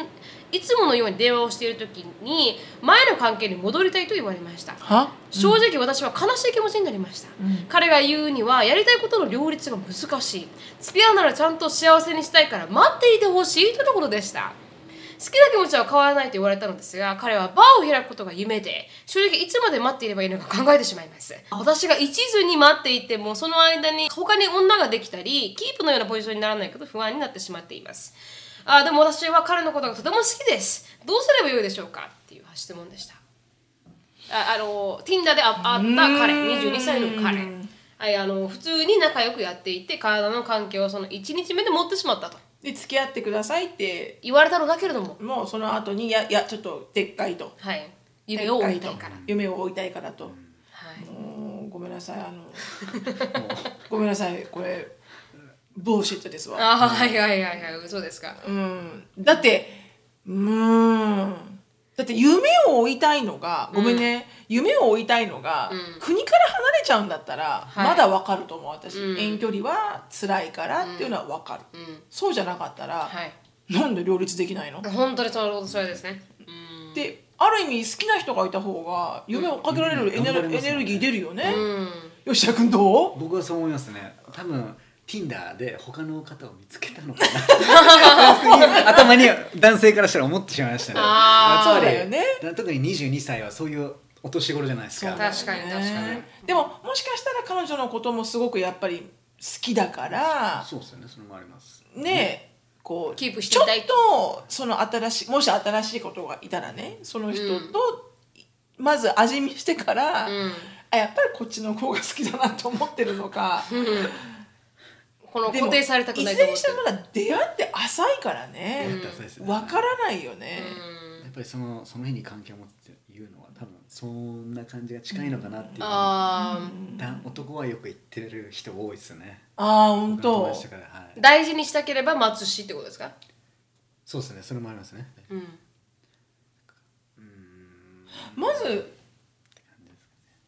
A: いつものように電話をしている時に前の関係に戻りたいと言われました
B: は
A: 正直私は悲しい気持ちになりました、彼が言うにはやりたいことの両立が難しい付き合うならちゃんと幸せにしたいから待っていてほしいとのことでした好きな気持ちは変わらないと言われたのですが彼はバーを開くことが夢で正直いつまで待っていればいいのか考えてしまいます私が一途に待っていてもその間に他に女ができたりキープのようなポジションにならないかと不安になってしまっていますあーでも私は彼のことがとても好きですどうすればよいでしょうかっていう質問でしたああの Tinder であ会った彼22歳の彼はいあの普通に仲良くやっていて体の関係をその1日目で持ってしまったと
B: で付き合ってくださいって
A: 言われたのだけれども
B: もうその後にいやいやちょっとでっかいと
A: はい夢を追いたいから
B: 夢を追いたいからと、
A: はい
B: もうごめんなさいあの ごめんなさいこれボーシットですわ
A: あはいはいはいはいそうですか
B: うんだってうーんだって夢を追いたいのがごめんね、夢を追いたいのが、
A: うん
B: 国から離れちゃうんだったら、
A: はい
B: まだわかると思う私、
A: うん
B: 遠距離は辛いからっていうのはわかる、
A: うん
B: そうじゃなかったら、
A: はい
B: なんで両立できないの、
A: 本当にそのそれですねうん
B: である意味好きな人がいた方が夢を追っかけられるエネ,、
C: うんうん頑張れますね
B: エネルギー出るよね、
A: うん
B: 吉田君どう
C: 僕はそう思いますね多分 Tinder で他の方を見つけたのか な頭に男性からしたら思ってしまいましたね
A: あ
B: ー
C: やっぱり
B: そうだよね
C: 特に22歳はそういうお年頃じゃないですか
A: だよ確かに確か
B: にでももしかしたら彼女のこともすごくやっぱり好きだから
C: そうですよねそれもあります
B: ねこう
A: キープして
B: ちょ
A: い
B: った
A: い
B: とその新しいもし新しいことがいたらねその人とまず味見してから、
A: うん
B: あやっぱりこっちの子が好きだなと思ってるのか
A: うん この
B: でも
A: 固定されたくないと
B: いずれ
A: 思っ
B: にしててもまだ出会って浅いからね
C: 出会って浅いですね
B: わからないよね、
A: うん
C: やっぱりそのその日に関係を持つっていうのは多分そんな感じが近いのかなっていう、
A: あ
C: だ男はよく言ってる人多いですよね
B: ああ本
C: 僕の
B: 当
C: 友達とかではい
A: ー大事にしたければ待つしってことですか
C: そうですねそれもありますね
A: うん
B: まず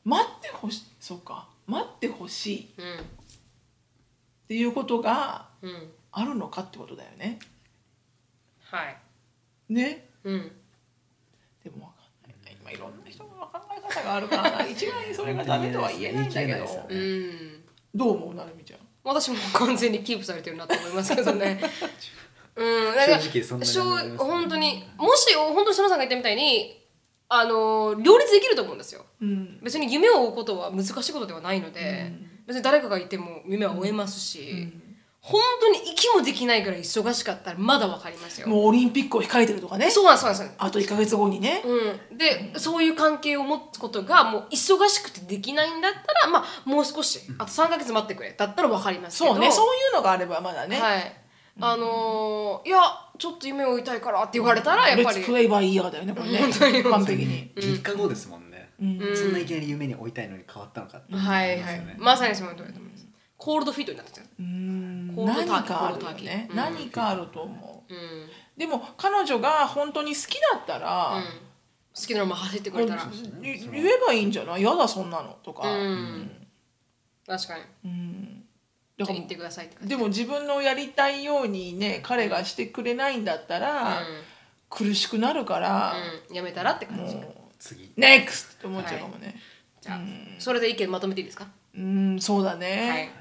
B: 待ってほしいそうか待ってほしいっ
A: う
B: ていうことが
A: んうん
B: あるのかってことだよね
A: はい
B: ね
A: うん
B: でもわかんない今いろんな人の考え方があるから な一概にそれがダメとは言えないんだけ
C: 言えない
B: ど
C: ですよね
A: うん
B: どう思うなるみちゃん
A: 私も完全にキープされてるなと思いますけどね。うん、
C: 正直そんな
A: しょ
C: 感じ
A: う
C: です
A: 本当にもし本当に篠さんが言ったみたいにあの両立できると思うんですよ。
B: うん
A: 別に夢を追うことは難しいことではないので、別に誰かがいても夢は追えますし、本当に息もできないぐらい忙しかったらまだわかりますよ。
B: もうオリンピックを控えてるとかね
A: そうなんですそうなんです。
B: あと1か月後にね
A: うん、でそういう関係を持つことがもう忙しくてできないんだったら、まあ、もう少しあと3ヶ月待ってくれだったらわかりますけど
B: そうねそういうのがあればまだね、
A: はいあのーいやちょっと夢を追いたいからって言われたらやっ
B: レッ
A: ぱ
B: ツ
A: り
B: プレイバイイヤーだよねこれね完璧に
C: 3日後ですもんね、
B: うん
A: うん
C: そんないきなり夢に置いたいのに変わったのかって
A: はいはい。まさにその通りだと思います。コールドフィートになってきた。
B: うん
A: コールド
B: 何
A: ターキー
B: かある
A: コール
B: よ
A: ドターキ
B: ね
A: ー、うん
B: 何かあると思
A: うん。うん。
B: うでも彼女が本当に好きだったら、
A: 好きなのも走ってく
B: もう
A: れたら。
B: い言えばいいんじゃない嫌だそんなのとか、
A: うん。確かに。
B: うん
A: じゃあ
B: だから
A: 言ってくださいって感じ。
B: でも自分のやりたいようにね彼がしてくれないんだったら、苦しくなるから、
A: うん。やめたらって感じ。
B: も
C: 次
B: う「NEXT!」って思っちゃうかもね、
A: じゃあ、それで意見まとめていいですか
B: うんそうだ
A: は
B: ね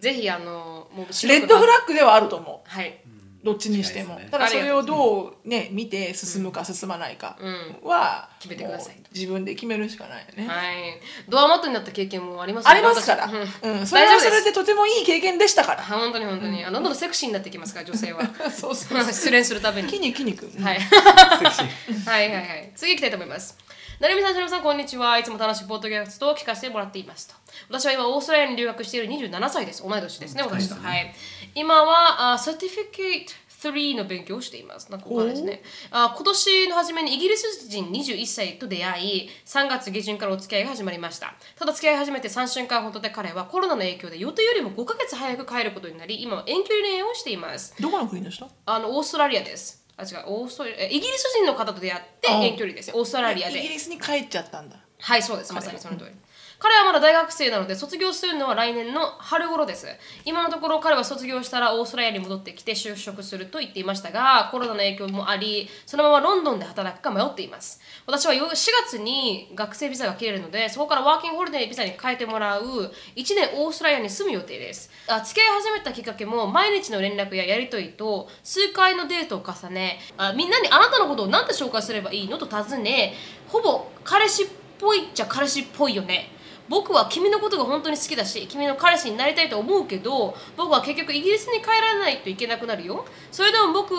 A: い、。ぜひ、あの、もう、
B: レッドフラ
A: ッ
B: ッグではあると思う
A: はい。
B: どっちにしても、
C: 近いですね
B: ただそれをどうね見て進むか進まないか
A: うん
B: は、
A: 決めてください
B: もう自分で決めるしかないよね、
A: はい。ドアマットになった経験もありますね
B: ありますから、
A: 私うん
B: うん、それ
A: 大丈夫で
B: はそ
A: す
B: れでとてもいい経験でしたから
A: あ本当に本当に。あどんどんセクシーになってきますから、女 性は。
B: そうそう
A: 失恋するたびに。
B: 筋肉筋肉、、
A: はいい。
C: セクシー
A: はいはいはい。次行きたいと思います。なるみさん、しのぶさん、こんにちは。いつも楽しいポッドキャストを聞かせてもらっていますと。私は今、オーストラリアに留学している27歳です。同い年ですね、私と。はい。今は、あサティフィケート3の勉強をしています。なんか他ですね。あ今年の初めにイギリス人21歳と出会い、3月下旬からお付き合いが始まりました。ただ、付き合い始めて3週間ほどで彼はコロナの影響で予定よりも5ヶ月早く帰ることになり、今は遠距離恋愛をしています。
B: どこの国の人
A: あのオーストラリアです。あ違うオーストラリアえイギリス人の方と出会って
B: あ
A: 遠距離です。オーストラリア
B: イギ
A: で。
B: リスに帰っちゃったんだ
A: はいそうですまさにその通り。彼はまだ大学生なので卒業するのは来年の春頃です。今のところ彼は卒業したらオーストラリアに戻ってきて就職すると言っていましたがコロナの影響もありそのままロンドンで働くか迷っています。私はよ4月に学生ビザが切れるのでそこからワーキングホリデービザに変えてもらう1年オーストラリアに住む予定です。あ付き合い始めたきっかけも毎日の連絡ややりとりと数回のデートを重ねあみんなにあなたのことを何て紹介すればいいのと尋ねほぼ彼氏っぽいっちゃ彼氏っぽいよね僕は君のことが本当に好きだし君の彼氏になりたいと思うけど僕は結局イギリスに帰らないといけなくなるよそれでも僕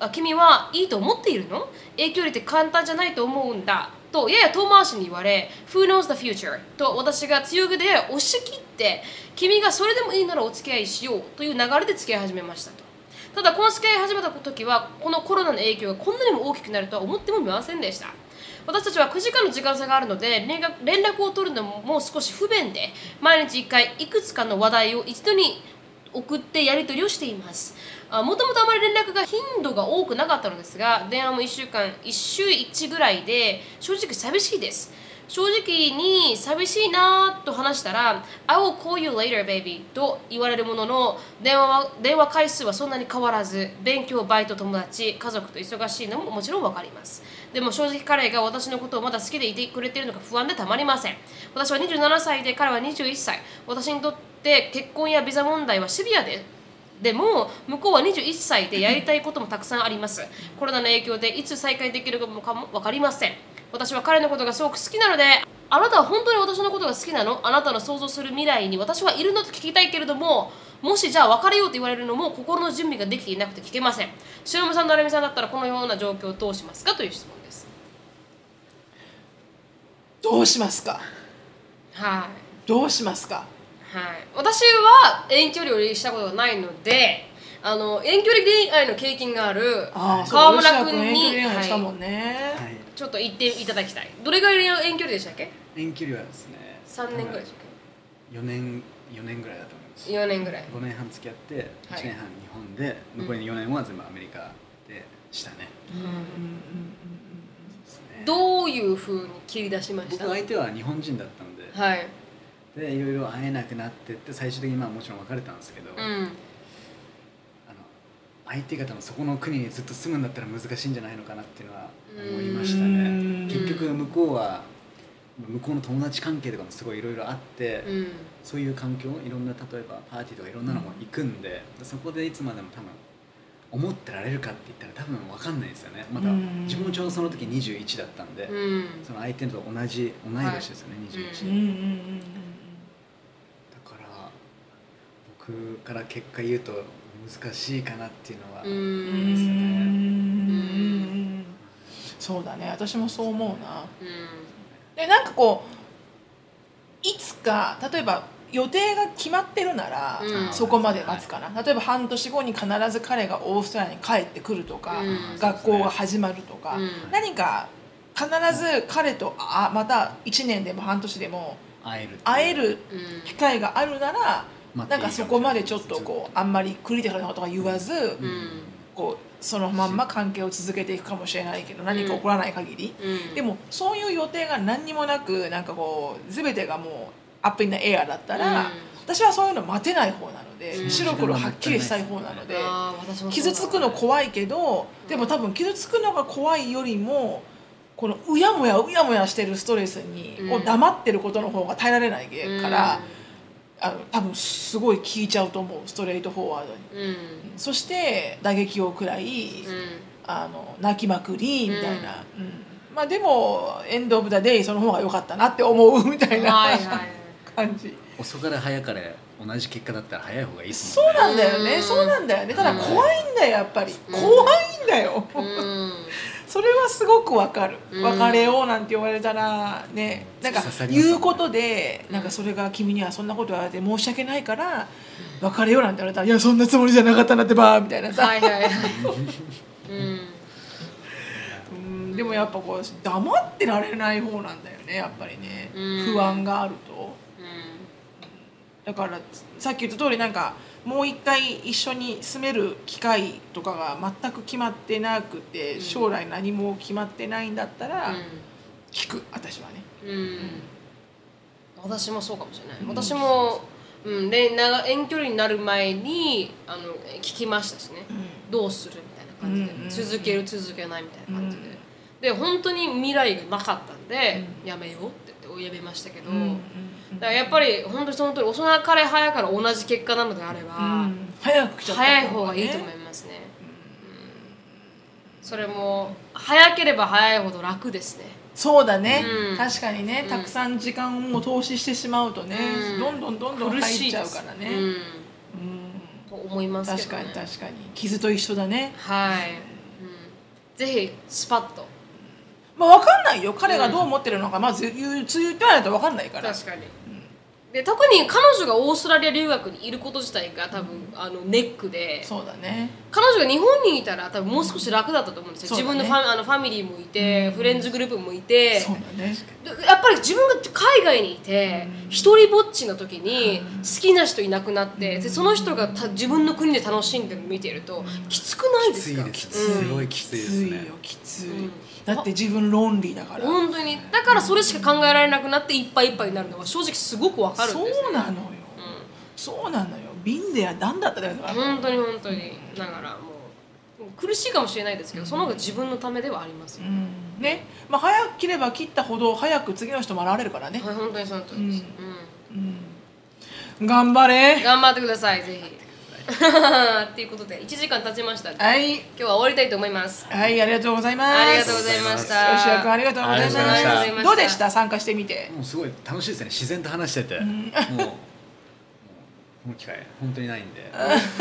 A: あ君はいいと思っているの影響力って簡単じゃないと思うんだとやや遠回しに言われ「Who knows the future?」と私が強気でやや押し切って君がそれでもいいならお付き合いしようという流れで付き合い始めましたとただこの付き合い始めた時はこのコロナの影響がこんなにも大きくなるとは思ってもみませんでした私たちは9時間の時間差があるので連絡連絡を取るのももう少し不便で毎日1回いくつかの話題を一度に送ってやり取りをしていますもともとあまり連絡が頻度が多くなかったのですが電話も1週間1週1ぐらいで正直寂しいです正直に寂しいなと話したら「I will call you later baby」と言われるものの電話は電話回数はそんなに変わらず勉強バイト友達家族と忙しいのももちろん分かりますでも正直彼が私のことをまだ好きでいてくれているのか不安でたまりません私は27歳で彼は21歳私にとって結婚やビザ問題はシビアででも向こうは21歳でやりたいこともたくさんありますコロナの影響でいつ再開できるかも分かりません私は彼のことがすごく好きなのであなたは本当に私のことが好きなのあなたの想像する未来に私はいるのと聞きたいけれどももしじゃあ別れようと言われるのも心の準備ができていなくて聞けませんしのぶさんとあるみさんだったらこのような状況をどうしますかという質問です
B: どうしますか
A: はい
B: どうしますか
A: はい、私は遠距離をしたことがないのであの遠距離恋愛の経験がある
B: ああ
A: 川
B: そう
A: 村
B: ロシア
A: 君
B: 君
A: に
B: 遠距離恋愛したも
A: はい
B: んね、
C: はい
A: ちょっと言っていただきたいどれぐらいの遠距離でしたっけ
C: 遠距離はですね
A: 3年ぐらいでしたっ
C: 4年4年ぐらいだと思います
A: け4年ぐらい
C: 5年半付き合って
A: はい
C: 1年半日本で、残りの4年は全部アメリカでしたね,、
B: うんうんうん
C: ですね
A: どういうふうに切り出しました
C: 僕
A: は
C: 相
A: い
C: 手は日本人だったんで、
A: はい
C: でいろいろ会えなくなってって最終的にまあもちろん別れたんですけど、
A: う
C: あの
A: ん
C: 相手方のそこの国にずっと住むんだったら難しいんじゃないのかなっていうのは思いま
B: う
C: した
B: ん
C: ね結局向こうは向こうの友達関係とかもすごいいろいろあって、
A: うん
C: そういう環境いろんな例えばパーティーとかいろんなのも行くんで、そこでいつまでも多分思ってられるかって言ったら多分分かんないですよねまだ
B: うん
C: 自分もちょうどその時21だったんで、
A: うん
C: その相手と同じ同い年ですよね、21、
B: うん
A: う
B: うんうん
C: だから僕から結果言うと難しいかなっていうのは、
A: う
B: うんうんんうん
A: う
B: そうだね私もそう思うな
A: うん
B: でなんかこういつか例えば予定が決まってるなら、
A: うん
B: そこまで待つかな例えば半年後に必ず彼がオーストラリアに帰ってくるとか、
A: うん
B: 学校が始まるとか、
A: うん
B: 何か必ず彼とあまた1年でも半年でも
C: 会える
B: 会える
A: うん
B: 機会があるなら、
C: 待って
B: ないん
C: い
B: かそこまでちょっとこうあんまりクリティカルなことは言わず、
A: うん
B: こうそのまんま関係を続けていくかもしれないけど何か起こらない限り、
A: うん
B: でもそういう予定が何にもなくなんかこう全てがもうアップインなエアだったら、
A: うん
B: 私はそういうの待てない方なので、
A: うん
B: 白黒はっきりしたい方なので、
A: あー私もそうだ
B: 傷つくの怖いけどでも多分傷つくのが怖いよりもこのうやもやうやもやしてるストレスに、
A: うん
B: を黙ってることの方が耐えられないから、あの多分すごい効いちゃうと思うストレートフォワードに。
A: うんうん
B: そして打撃を食らい、あの泣きまくりみたいな、うんまあでもエンド・オブ・ザ・デイその方が良かったなって思う みた
A: う
B: い
A: ん
B: な、
A: はいはい
B: 感じ
C: 遅かれ早かれ同じ結果だったら早い方がいいです
B: そ
C: もん
B: う
C: ね
B: なんだよ
A: う
B: ね
A: ん
B: そうなんだよねただ怖いんだよやっぱり、
A: うん
B: 怖いんだよ、
A: うん
B: それはすごくわかる、
A: うん
B: 別れようなんて言われたらねなんか
C: 刺さりますよね
B: 言うことでなんかそれが君にはそんなこと言われて申し訳ないから別れようなんて言われたら「いやそんなつもりじゃなかったなってば」みたいなさ、
A: はいはいはいうん
B: うんでもやっぱこう黙ってられない方なんだよねやっぱりね、
A: うん
B: 不安があると
A: うん
B: だからさっき言った通りなんかもう一回一緒に住める機会とかが全く決まってなくて、
A: うん
B: 将来何も決まってないんだったら聞く、私はね
A: うんうん私もそうかもしれない私もうんで長遠距離になる前にあの聞きましたしねどうするみたいな感じで、
B: うんうんうん
A: 続ける続けないみたいな感じで、
B: うん
A: で本当に未来がなかったんで、
B: うん
A: やめようって言ってやめましたけど、
B: うんうんうん
A: だからやっぱり本当にその通り遅かれ早かれ同じ結果なのであれば、
B: うん早く来ちゃった
A: 早い方がいいと思いますね、うんそれも早ければ早いほど楽ですね
B: そうだね、
A: うん
B: 確かにね、
A: うん
B: たくさん時間をもう投資してしまうとね、
A: うん
B: どんどんどんどん
A: 苦し
B: 入っ
A: い
B: ち
A: で
B: ゃう
A: す
B: からね、
A: うん
B: うん
A: と思いますけ
B: 確
A: ど、
B: か
A: ね
B: に、確かに傷と一緒だね
A: はい、うん、ぜひスパッと
B: まあ分かんないよ彼がどう思ってるのかまず言う言ってないと分かんないから
A: 確かに、で特に彼女がオーストラリア留学にいること自体が多分あのネックで
B: そうだね
A: 彼女が日本にいたら多分もう少し楽だったと思うんですよ、
B: そう
A: 自
B: だね
A: 分のファあのファミリーもいて、フレンズグループもいて
B: そうだね
A: でやっぱり自分が海外にいて、一人ぼっちの時に好きな人いなくなって、でその人がた自分の国で楽しんでるの見てるときつくないで
C: きつ
A: す
C: い
A: か
C: です
A: うん
C: すごいきついです
B: きつい
C: ね
B: よきつい、
A: うん
B: だって自分ロンリーだから
A: 本当にだからそれしか考えられなくなっていっぱいいっぱいになるのは正直すごくわかるんですよ
B: そうなのよ、そうなのよ瓶でやだんだっただから
A: 本当に本当にだからもうもう苦しいかもしれないですけどその方が自分のためではありますよ、
B: うんねまあ早く切れば切ったほど早く次の人も現れるからね、
A: はい本当にその通りです、
B: うん、頑張
A: うん
B: れ
A: 頑張ってくださいぜひ っていうことで1時間経ちました今
B: はい
A: 日は終わりたいと思います
B: はいありがとうございます
A: ありがとうございまし
B: よしやくん
A: た
B: ありがとうござい
C: ありがとうご
B: ま
C: ざ
A: いますした
B: どうでした参加してみて
C: もうすごい楽しいですね自然と話してて、もうもうこの機会本当にないんで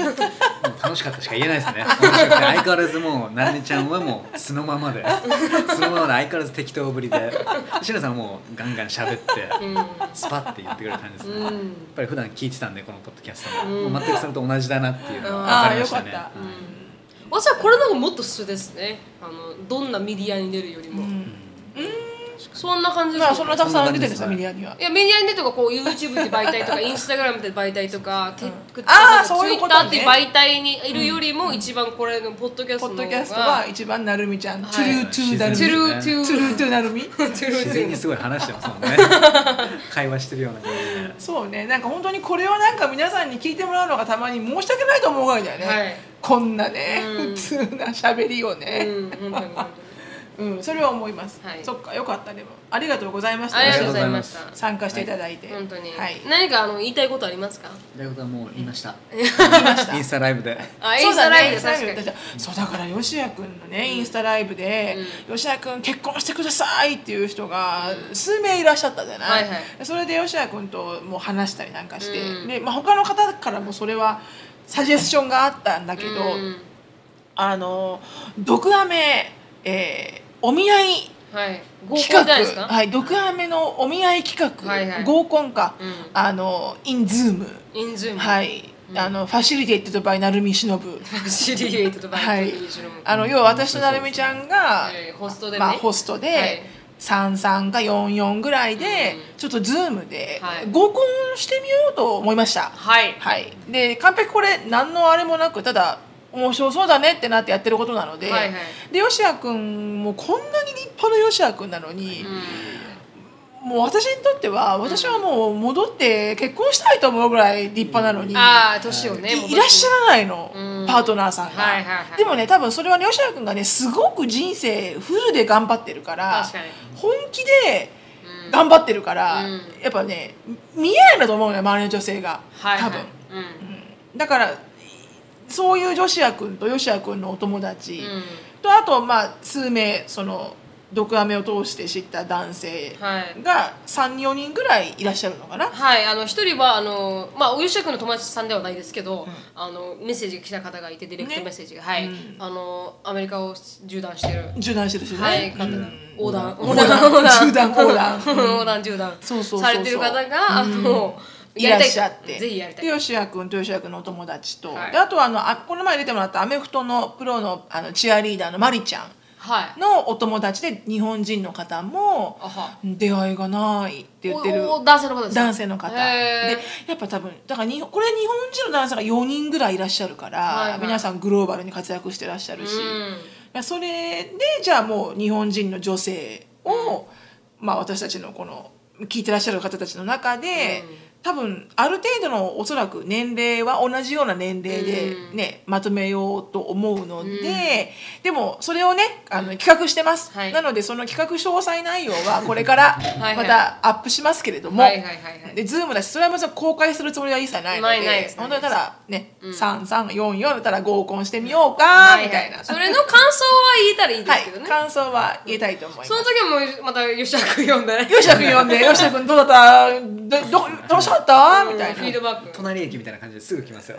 C: もう楽しかったしか言えないですね楽しくて相変わらずもうなるみちゃんはもう素のままで素のままで相変わらず適当ぶりでしのさんはもうガンガン喋って
A: うん
C: スパッて言ってくれる感じですね、
A: うん
C: やっぱり普段聞いてたんでこのポッドキャストも,、もう全くそれと同じだなっていうのが分かりましたね
B: あーよかった
C: はい
A: 私はこれの方がもっと素ですねあのどんなメディアに出るよりも、そんな感じです
B: まあそんなたくさん出てるんです
C: そ
B: よ
C: んな感じです
B: メディア
C: ね
B: にはい
A: やメディアに出るとかこう YouTube で媒体とか Instagram で媒体とか TikTok と
B: あ
A: か
B: ーそういうこと
A: Twitter
B: ね
A: っていう媒体にいるよりも一番これのポッドキャス
B: ポ
A: ト
B: ッ
A: の
B: ド
A: 方
B: キャスト
A: が
B: は一番なるみちゃん、
A: い
B: トゥルートゥーなるみ
A: トゥル
B: ト
A: ートゥ
B: ゥルートゥーなるみ
A: トゥルート
C: 自
A: ゥ
C: 然にすごい話してますもんね会話してるような感じで。
B: そうねなんか本当にこれをなんか皆さんに聞いてもらうのがたまに申し訳ないと思うわけだよね、
A: はい
B: こんなね、
A: うん
B: 普通な喋りをね、
A: うん本当に本
B: うんそれは思います、
A: はい
B: そっかよかったでもありがとうございまし
A: 当
B: た
A: にありがとう
C: と
A: ご
C: うご
A: ざいま
C: ざいま
A: し
C: したた
B: 参加していただいて、
A: 本当に、
B: はい、
A: 何かあの言いたいことありますか
C: 大悟さんもう言いました。
B: た
C: インスタライブで。
A: あ
B: そうだね、イン
A: イン
B: ス
A: ス
B: タ
A: タラ
B: ライ
A: イブで確
B: ブやったじ
A: か
B: ゃんそうだからよしやくんのね、インスタライブで、よしやくん結婚してくださいっていう人が数名いらっしゃったじゃない、
A: はいはい
B: それでよしやくんともう話したりなんかして、
A: うん
B: でまあ、他の方からもそれはサジェスションがあったんだけ
A: に
B: ど、
A: うん
B: あの毒アメ、えーお見合い
A: はい合コン
B: 企
A: じゃ
B: 画
A: ないですか、
B: はい、毒アメのお見合い企画、
A: はいはい
B: 合コンか、
A: うん
B: あのインズーム、
A: インズーム
B: はい、
A: うん
B: あのファシリテイテッドバイ成美忍
A: ファシリエイトとバイトリージュの
B: あの要は私と成美ちゃんが、
A: えーホストでね、
B: まあ、ホスト
A: はい
B: で、33か44ぐらいで、
A: う
B: ちょっとズームで
A: はい
B: 合コンしてみようと思いました、
A: はい
B: はい、で完璧これ何のあれもなくただ面白そうだねってなってやってることなので、
A: はいはい
B: でよしあくんもこんなに立派なよしあくんなのに、もう私にとっては私はもう戻って結婚したいと思うぐらい立派なのに、
A: ああ年をね
B: いいらっしゃ
A: い
B: らないの、
A: うん
B: パートナーさんが、
A: はいはいはい
B: でもね多分それはね吉野君がねすごく人生フルで頑張ってるから
A: 確かに
B: 本気で
A: うん
B: 頑張ってるから、
A: うん
B: やっぱね見えないんだと思うのよ周りの女性が、
A: はい
B: 多
A: はい
B: 分、
A: うん
B: だからそういう女子屋君と吉野君のお友達、
A: うん
B: とあとまあ数名その毒アメを通して知った男性
A: はい
B: が34人ぐらいいらっしゃるのかな、
A: はい、あの一人はあの、まあ、おゆしゃくんの友達さんではないですけど、あのメッセージが来た方がいてディレクトメッセージが、はい、
B: うん
A: あのアメリカを縦断してる、
B: 縦断してるしね、
A: はい、方
B: う
A: が
B: ん
A: 横断
B: 横断縦断横断
A: 横断縦断
B: そうそうそうそう
A: されてる方があの、
B: い
A: や
B: らっ
A: りたい
B: しゃって
A: ぜひやりたい
B: で吉谷君と吉谷君のお友達と、
A: はい
B: であとはあのあこの前出てもらったアメフトのプロのあのチアリーダーのマリちゃん
A: はい
B: のお友達で日本人の方も
A: あは
B: 出会いがないって言ってる
A: おお男性の方ですか
B: 男性の方で
A: へー
B: やっぱ多分だからにこれ日本人の男性が4人ぐらいいらっしゃるから、
A: はいはい
B: 皆さんグローバルに活躍してらっしゃるし、いやそれでじゃあもう日本人の女性を、まあ、私たちのこの聞いてらっしゃる方たちの中で、
A: うん
B: 多分ある程度のおそらく年齢は同じような年齢で、
A: うん
B: ねまとめようと思うので、でもそれをねあの企画してます、
A: はい
B: なのでその企画詳細内容 はこれから
A: はい
B: またアップしますけれど
A: うん
B: も。
A: はいはいはいはい
B: で、ズームだし、それは別に公開するつもりは一切ないので、
A: ないないです
B: 本当にただね、
A: うん
B: 三三四四だったら合コンしてみようか、みたいな。
A: ははそれの感想は言えたらいいで
B: は
A: す
B: い
A: けどね、
B: 感想は言いたいと思います
A: そ。の時はもうまた吉田君呼んで
B: 吉田君呼んで、吉田君どうだったどど楽しかった みたい
A: フィー
B: な。
A: ドバック
C: 隣駅みたいな感じですぐ来ますよ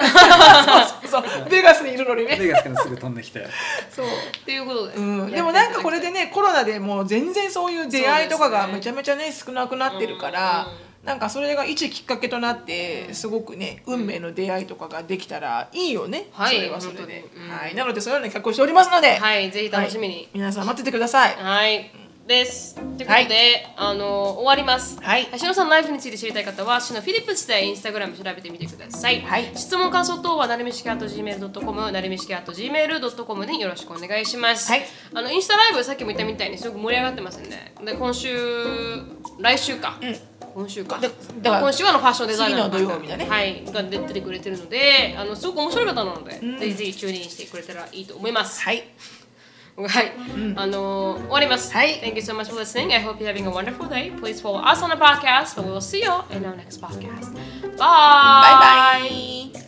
B: そうそう、ベガスにいるのにね。
C: ベガスからすぐ飛んできて
B: そう。
A: っていうことで、
B: うん、でもなんかこれでねコロナでもう全然そういう出会いとかがめちゃめちゃね少なくなってるから、なんかそれが一きっかけとなってすごくね運命の出会いとかができたらいいよね、
A: はい
B: それはそれで
A: 本、当にうん
B: はい、なのでそういうの企画をしておりますので、
A: はいぜひ楽しみに
B: はい皆さん待っててください
A: はい、ですということで、あの終わります
B: はい
A: しのさんライフについて知りたい方はしのフィリップスでインスタグラム調べてみてください、
B: はい
A: 質問感想等はなるみしき .gmail.com なるみしき .gmail.com によろしくお願いします、
B: はい
A: あのインスタライブさっきも言ったみたいにすごく盛り上がってますんでで今週来週か、今週か
B: でだから
A: 今週はあのファッションデザイナー
B: 次の土曜日だね
A: はい、が出てくれてるのであのすごく面白い方なので、ぜひぜひチューニングしてくれたらいいと思います
B: はい
A: はい、あのー終わります。
B: はい
A: Thank you so much for listening. I hope you're having a wonderful day. Please follow us on the podcast, but we will see you in our next podcast. Bye.
B: バイバイ